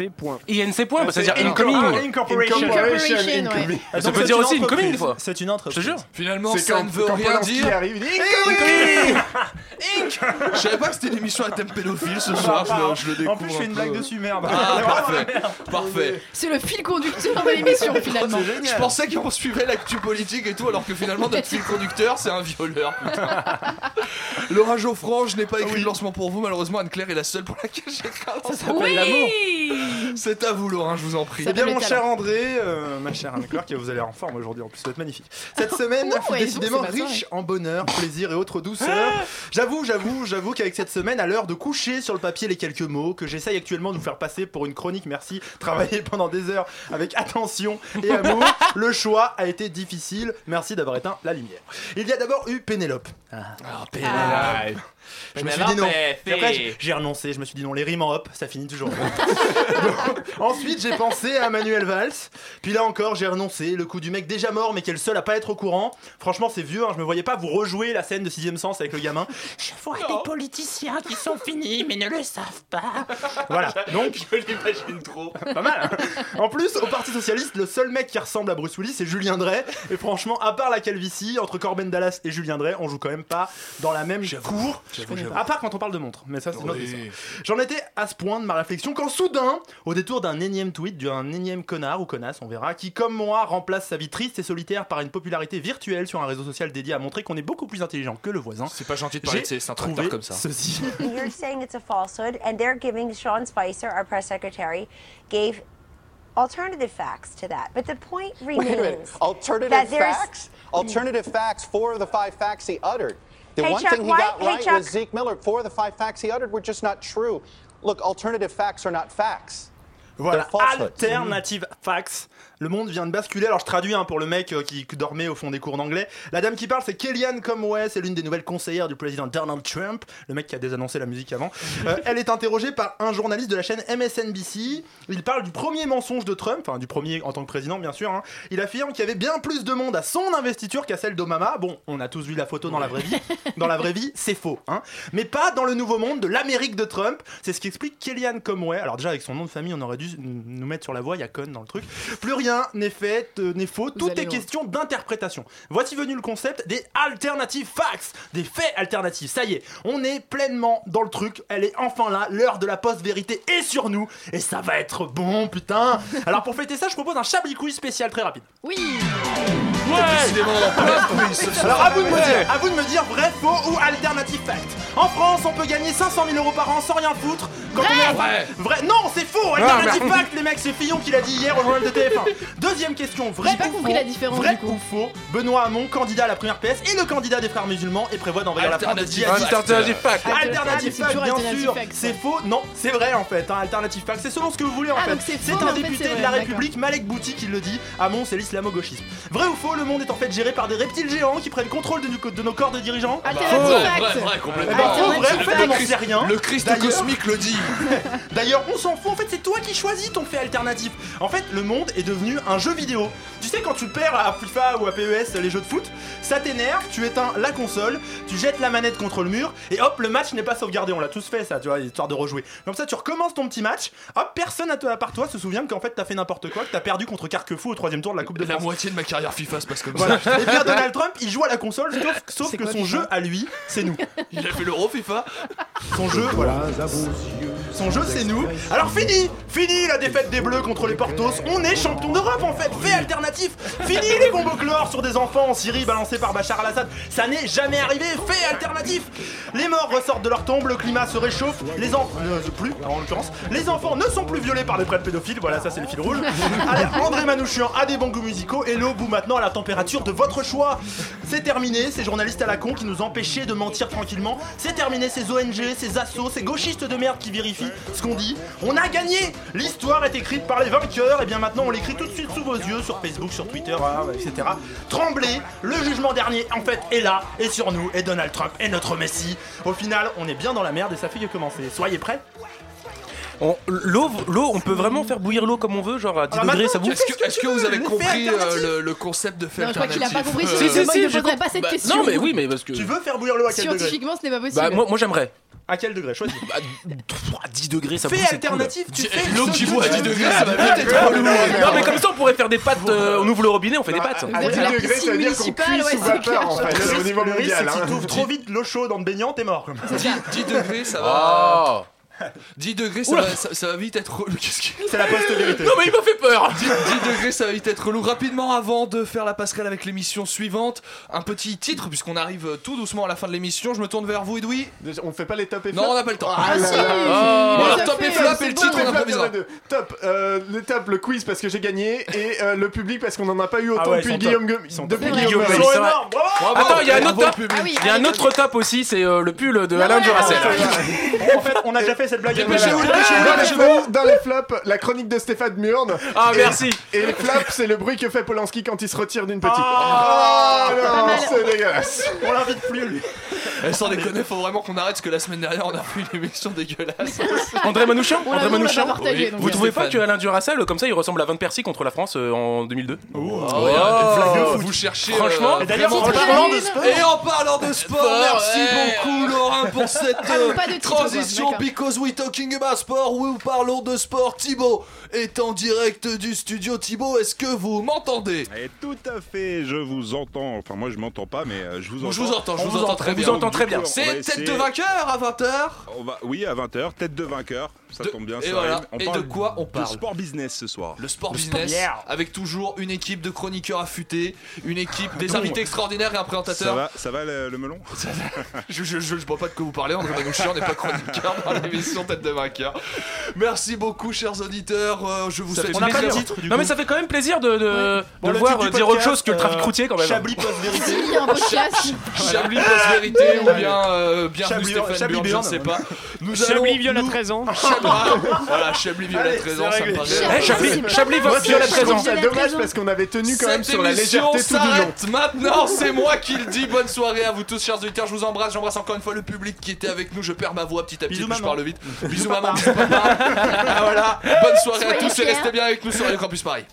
INC point, bah, c'est-à-dire incoming. Ah, Donc, Ça peut c'est dire une aussi incoming entreprise. des fois. C'est une entreprise. Je te jure. Finalement, C'est ça quand- ne veut quand rien Polanski dire. arrive, il dit, Je savais pas que c'était une émission à thème pédophile ce soir, je le, je le découvre. En plus, je fais une un blague peu. dessus, merde. Ah, parfait, parfait. Oh, C'est le fil conducteur de l'émission finalement. Je pensais qu'on suivait l'actu politique et tout, alors que finalement notre fil conducteur c'est un violeur. putain. Laura Geoffran, je n'ai pas Ah écrit de lancement pour vous, malheureusement Anne-Claire est la seule pour laquelle j'ai écrit un lancement. s'appelle Oui l'amour. C'est à vous Laura, je vous en prie. Eh bien, mon cher André, euh, ma chère Anne-Claire, que vous allez en forme aujourd'hui, en plus, ça va être magnifique. Cette semaine Ouh, fut ouais, décidément Oh, donc, c'est ma riche soirée. en bonheur, plaisir et autres douceurs. J'avoue, j'avoue, j'avoue qu'avec cette semaine, à l'heure de coucher sur le papier les quelques mots que j'essaye actuellement de vous faire passer pour une chronique, merci, travailler pendant des heures avec attention et amour, le choix a été difficile. Merci d'avoir éteint la lumière. Il y a d'abord eu Pénélope. Pénélope. Ah. Je me suis dit non. Pénélope, Et après, fille. j'ai- j'ai renoncé. Je me suis dit non, les rimes en hop, ça finit toujours. en hop. Ensuite, j'ai pensé à Manuel Valls. Puis là encore, j'ai renoncé. Le coup du mec déjà mort, mais qui est le seul à pas être au courant. Franchement, c'est vieux. hein, Je me voyais pas vous rejouer la scène de 6ème sens avec le gamin. Je vois des politiciens qui sont finis, mais ne le savent pas. Voilà. Donc, je l'imagine trop. pas mal. hein. en plus, au Parti Socialiste, le seul mec qui ressemble à Bruce Willis, c'est Julien Drey. Et franchement, à part la calvitie, entre Corben Dallas et Julien Drey, on joue quand même pas dans la même cour. À part quand on parle de montre. Mais ça, c'est une autre Oui. histoire. J'en étais à ce point de ma réflexion quand soudain, au détour d'un énième tweet d'un énième connard ou connasse, on verra, qui comme moi remplace sa vie triste et solitaire par une popularité virtuelle sur un réseau social dédié à montrer qu'on est beaucoup plus intelligent que le voisin. C'est pas gentil de parler de ces- c'est un tracteur comme ça. Ceci. You're saying it's a falsehood, and they're giving Sean Spicer, our press secretary, gave alternative facts to that. But the point remains. Wait a minute. Alternative that there's- facts? Alternative facts, four of the five facts he uttered. The Hey, one Chuck, thing he why- got hey, right Chuck. was Zeke Miller. Four of the five facts he uttered were just not true. Look, alternative facts are not facts. Voilà, They're falsehoods. alternative facts. Le monde vient de basculer. Alors je traduis hein, pour le mec euh, qui dormait au fond des cours d'anglais. La dame qui parle, c'est Kellyanne Conway. C'est l'une des nouvelles conseillères du président Donald Trump, le mec qui a désannoncé la musique avant. Euh, elle est interrogée par un journaliste de la chaîne MSNBC. Il parle du premier mensonge de Trump, enfin du premier en tant que président, bien sûr. hein. Il affirme qu'il y avait bien plus de monde à son investiture qu'à celle d'Obama. Bon, on a tous vu la photo dans la vraie vie. Dans la vraie vie, c'est faux, hein. Mais pas dans le nouveau monde de l'Amérique de Trump. C'est ce qui explique Kellyanne Conway. Alors déjà avec son nom de famille, on aurait dû nous mettre sur la voie. Il y a con dans le truc. Plus rien rien n'est fait, euh, n'est faux, tout allez est loin. question d'interprétation. Voici venu le concept des alternative facts, des faits alternatifs. Ça y est, on est pleinement dans le truc, elle est enfin là, l'heure de la post-vérité est sur nous, et ça va être bon, putain Alors pour fêter ça, je propose un Chablis Quiz spécial très rapide. Oui Ouais Décidément, plot twist. Alors à vous, de me Ouais. dire, à vous de me dire vrai, faux ou alternative fact. En France, on peut gagner 500 000 euros par an sans rien foutre. Quand Vrai. on est à- Vrai. vrai. Non, c'est faux. Ah, Alternative merde. fact, les mecs, c'est Fillon qui l'a dit hier au journal de TF1. Deuxième question, vrai J'ai pas ou compris faux la différence, Vrai du coup. ou faux Benoît Hamon, candidat à la première PS et le candidat des frères musulmans et prévoit d'envahir la France. Alternative djihadistes. fact. Alternative fact. Alternative Ah, mais c'est fact, toujours bien alternative sûr. fact, C'est faux. Non, c'est vrai en fait. hein, Alternative fact, c'est selon ce que vous voulez en Ah, fait. donc c'est faux, C'est mais en un fait, député c'est de vrai, la d'accord. République. République, Malek Bouti qui le dit, Hamon c'est l'islamo-gauchisme. Vrai ou faux, le monde est en fait géré par des reptiles géants qui prennent contrôle de, nos- de nos corps de Ah, dirigeants Ah bah, Alternative Faux. fact. Vrai, vrai, complètement. Eh ben, faux, vrai, Alternative vrai, fact. on n'en sait rien. Le Christ D'ailleurs- cosmique le dit. D'ailleurs, on s'en fout, en fait c'est toi qui choisis ton fait alternatif. En fait, le monde est devenu un jeu vidéo. Tu sais, quand tu perds à FIFA ou à PES les jeux de foot, ça t'énerve, tu éteins la console, tu jettes la manette contre le mur, et hop, le match n'est pas sauvegardé. On l'a tous fait ça, tu vois, histoire de rejouer. Comme ça, tu recommences ton petit match, hop, personne à, toi, à part toi se souvient qu'en fait t'as fait n'importe quoi, que t'as perdu contre Carquefou au troisième tour de la Coupe de La France. moitié de ma carrière FIFA se passe comme Voilà. ça. Et bien Donald Trump, il joue à la console, sauf, sauf C'est que quoi, son FIFA? jeu à lui, c'est nous. Il a fait l'euro FIFA. Son jeu, voilà. Son jeu, c'est nous. Alors fini, fini la défaite des Bleus contre les Portos. On est champion d'Europe en fait. Fait alternatif. Fini les bombes chlore sur des enfants en Syrie balancés par Bachar al-Assad. Ça n'est jamais arrivé. Fait alternatif. Les morts ressortent de leur tombe. Le climat se réchauffe. Les enfants, plus en l'occurrence, les enfants ne sont plus violés par des prêtres pédophiles. Voilà, ça c'est le fil rouge. Allez, André Manouchian a des bons goûts musicaux et l'eau bout maintenant à la température de votre choix. C'est terminé, ces journalistes à la con qui nous empêchaient de mentir tranquillement. C'est terminé, ces ONG, ces assos, ces gauchistes de merde qui vérifient ce qu'on dit. On a gagné L'histoire est écrite par les vainqueurs, et bien maintenant on l'écrit tout de suite sous vos yeux, sur Facebook, sur Twitter, hein, etc. Tremblez, le jugement dernier en fait est là, et sur nous, et Donald Trump est notre Messie. Au final, on est bien dans la merde et ça fait que commencer. Soyez prêts On- L'eau, l'eau, on peut vraiment faire bouillir l'eau comme on veut, genre à Ah, 10 bah degrés, ça vous Est-ce que, est-ce que vous avez compris euh, le, le concept de fait Non, je crois qu'il a alternatif pas compris, Si, Euh, si, Moi, je ne j'ai poserai compris. pas cette Bah, question. Non, mais oui, mais parce que. Tu veux faire bouillir l'eau à quel degré Scientifiquement, ce n'est pas possible. Bah, moi, moi j'aimerais. À quel degré Choisis. Ah, à 10 degrés, ça Fais pousse, c'est alternatif, cool. tu fais L'eau saute que j'y de bois à 10 degrés, degrés, ça ça va va vite être être relou. relou. Non, mais comme ça, on pourrait faire des pâtes. euh, on ouvre le robinet, on fait des Ah, pâtes. À 10 degrés, ça veut dire qu'on cuit sous vapeur, en fait, au niveau Le hein. risque, c'est mondial. qu'il Si tu hein. t'ouvre ouvres trop trop vite l'eau chaude en te baignant, t'es mort. 10 degrés, ça va. Oh. 10 degrés, ça Oula. va, ça, ça va vite être relou. Qu'est-ce que- C'est la post-vérité. Non, mais il m'a fait peur 10, 10 degrés, ça va vite être relou. Rapidement, avant de faire la passerelle avec l'émission suivante, un petit titre, puisqu'on arrive euh, tout doucement à la fin de l'émission. Je me tourne vers vous, Edoui. On fait pas les top et Non, flop on n'a pas le temps. Ah, bah, oh, si. Ah. Mais Voilà, ça top fait- et flop c'est et le bon, titre, top on et flop, il y en a improvisera. deux. Top, euh, le top, le quiz parce que j'ai gagné et euh, le public parce qu'on en a pas eu autant Ah ouais, ils depuis sont Guillaume top. Gue- Ils sont depuis top. Guillaume Guillaume Meurice. Meurice, énorme, Bravo. Attends, il y a un Bravo, autre top. Ah public. Il y a un autre top aussi, c'est euh, le pull de Alain Duracell. En fait, on a déjà fait cette blague. Dépêchez-vous, Dans les dépêchez-vous, flops, Dans les flops, la chronique de Stéphane Murne. Ah, Et- merci. Et les flops, c'est le bruit que fait Polanski quand il se retire d'une petite. Ah. Ah Pas non, mal. c'est dégueulasse. On l'invite plus, lui. Eh, sans déconner, faut vraiment qu'on arrête parce que la semaine dernière, on a fait une émission dégueulasse. André Manouchian, On l'a- André on l'a Manouchian. pas partagé, donc Vous c'est trouvez pas Stéphane. que Alain Duracell, comme ça, il ressemble à Van Persie contre la France euh, en 2002 Oh, vous cherchez. Franchement, euh, d'ailleurs, vraiment en pas- parlant de sport- Et en parlant de sport, Sport, merci ouais. beaucoup Laurent pour cette Ah, euh, mais pas de titre, quoi, transition. d'accord. because we talking about sport, we parlons de sport. Thibaut est en direct du studio. Thibaut, est-ce que vous m'entendez Eh, Tout à fait, je vous entends. Enfin, moi, je m'entends pas, mais euh, je vous entends. Je vous entends, je vous entends très bien. C'est tête de vainqueur à 20h. On va, oui, à 20h, tête de vainqueur. Ça tombe bien. et ça voilà. rime. Et de quoi on parle De sport business ce soir. Le sport business avec toujours une équipe de chroniqueurs affûtés, une équipe des Pardon. invités extraordinaires et un présentateur. Ah Ça va, ça va le, le melon je, je, je, je vois pas de quoi vous parlez, André Manouchian n'est pas chroniqueur dans l'émission Tête de Vainqueur. Merci beaucoup, chers auditeurs. euh, je vous Ça souhaite fait plaisir. plaisir. Non, mais ça fait quand même plaisir de, de- de Bon, le le voir titre du dire podcast, autre chose que le trafic euh, routier quand hein. même. Chablis post-vérité. Il y a un podcast. Chablis post-vérité ou bien euh, bienvenue Chablis- Stéphane Chablis Burn, je ne Burn. sais pas. Chablis allons- viole à nous- 13 ans. Chablis, voilà, Chablis viole à Allez, 13 c'est ans, ça me réglé. paraît. Eh, Chablis- impossible. Chablis Moi, viole à je trouve 13 ans. ça dommage parce qu'on avait tenu quand même Cette sur la émission légèreté tout du long. s'arrête maintenant, c'est moi qui le dis. Bonne soirée à vous tous, chers auditeurs. Je vous embrasse, j'embrasse encore une fois le public qui était avec nous. Je perds ma voix petit à petit, puis je parle vite. Bisous maman, bisous papa. Ah, voilà. Bonne soirée à Soyez tous et fiers. restez bien avec nous sur Radio Campus Paris.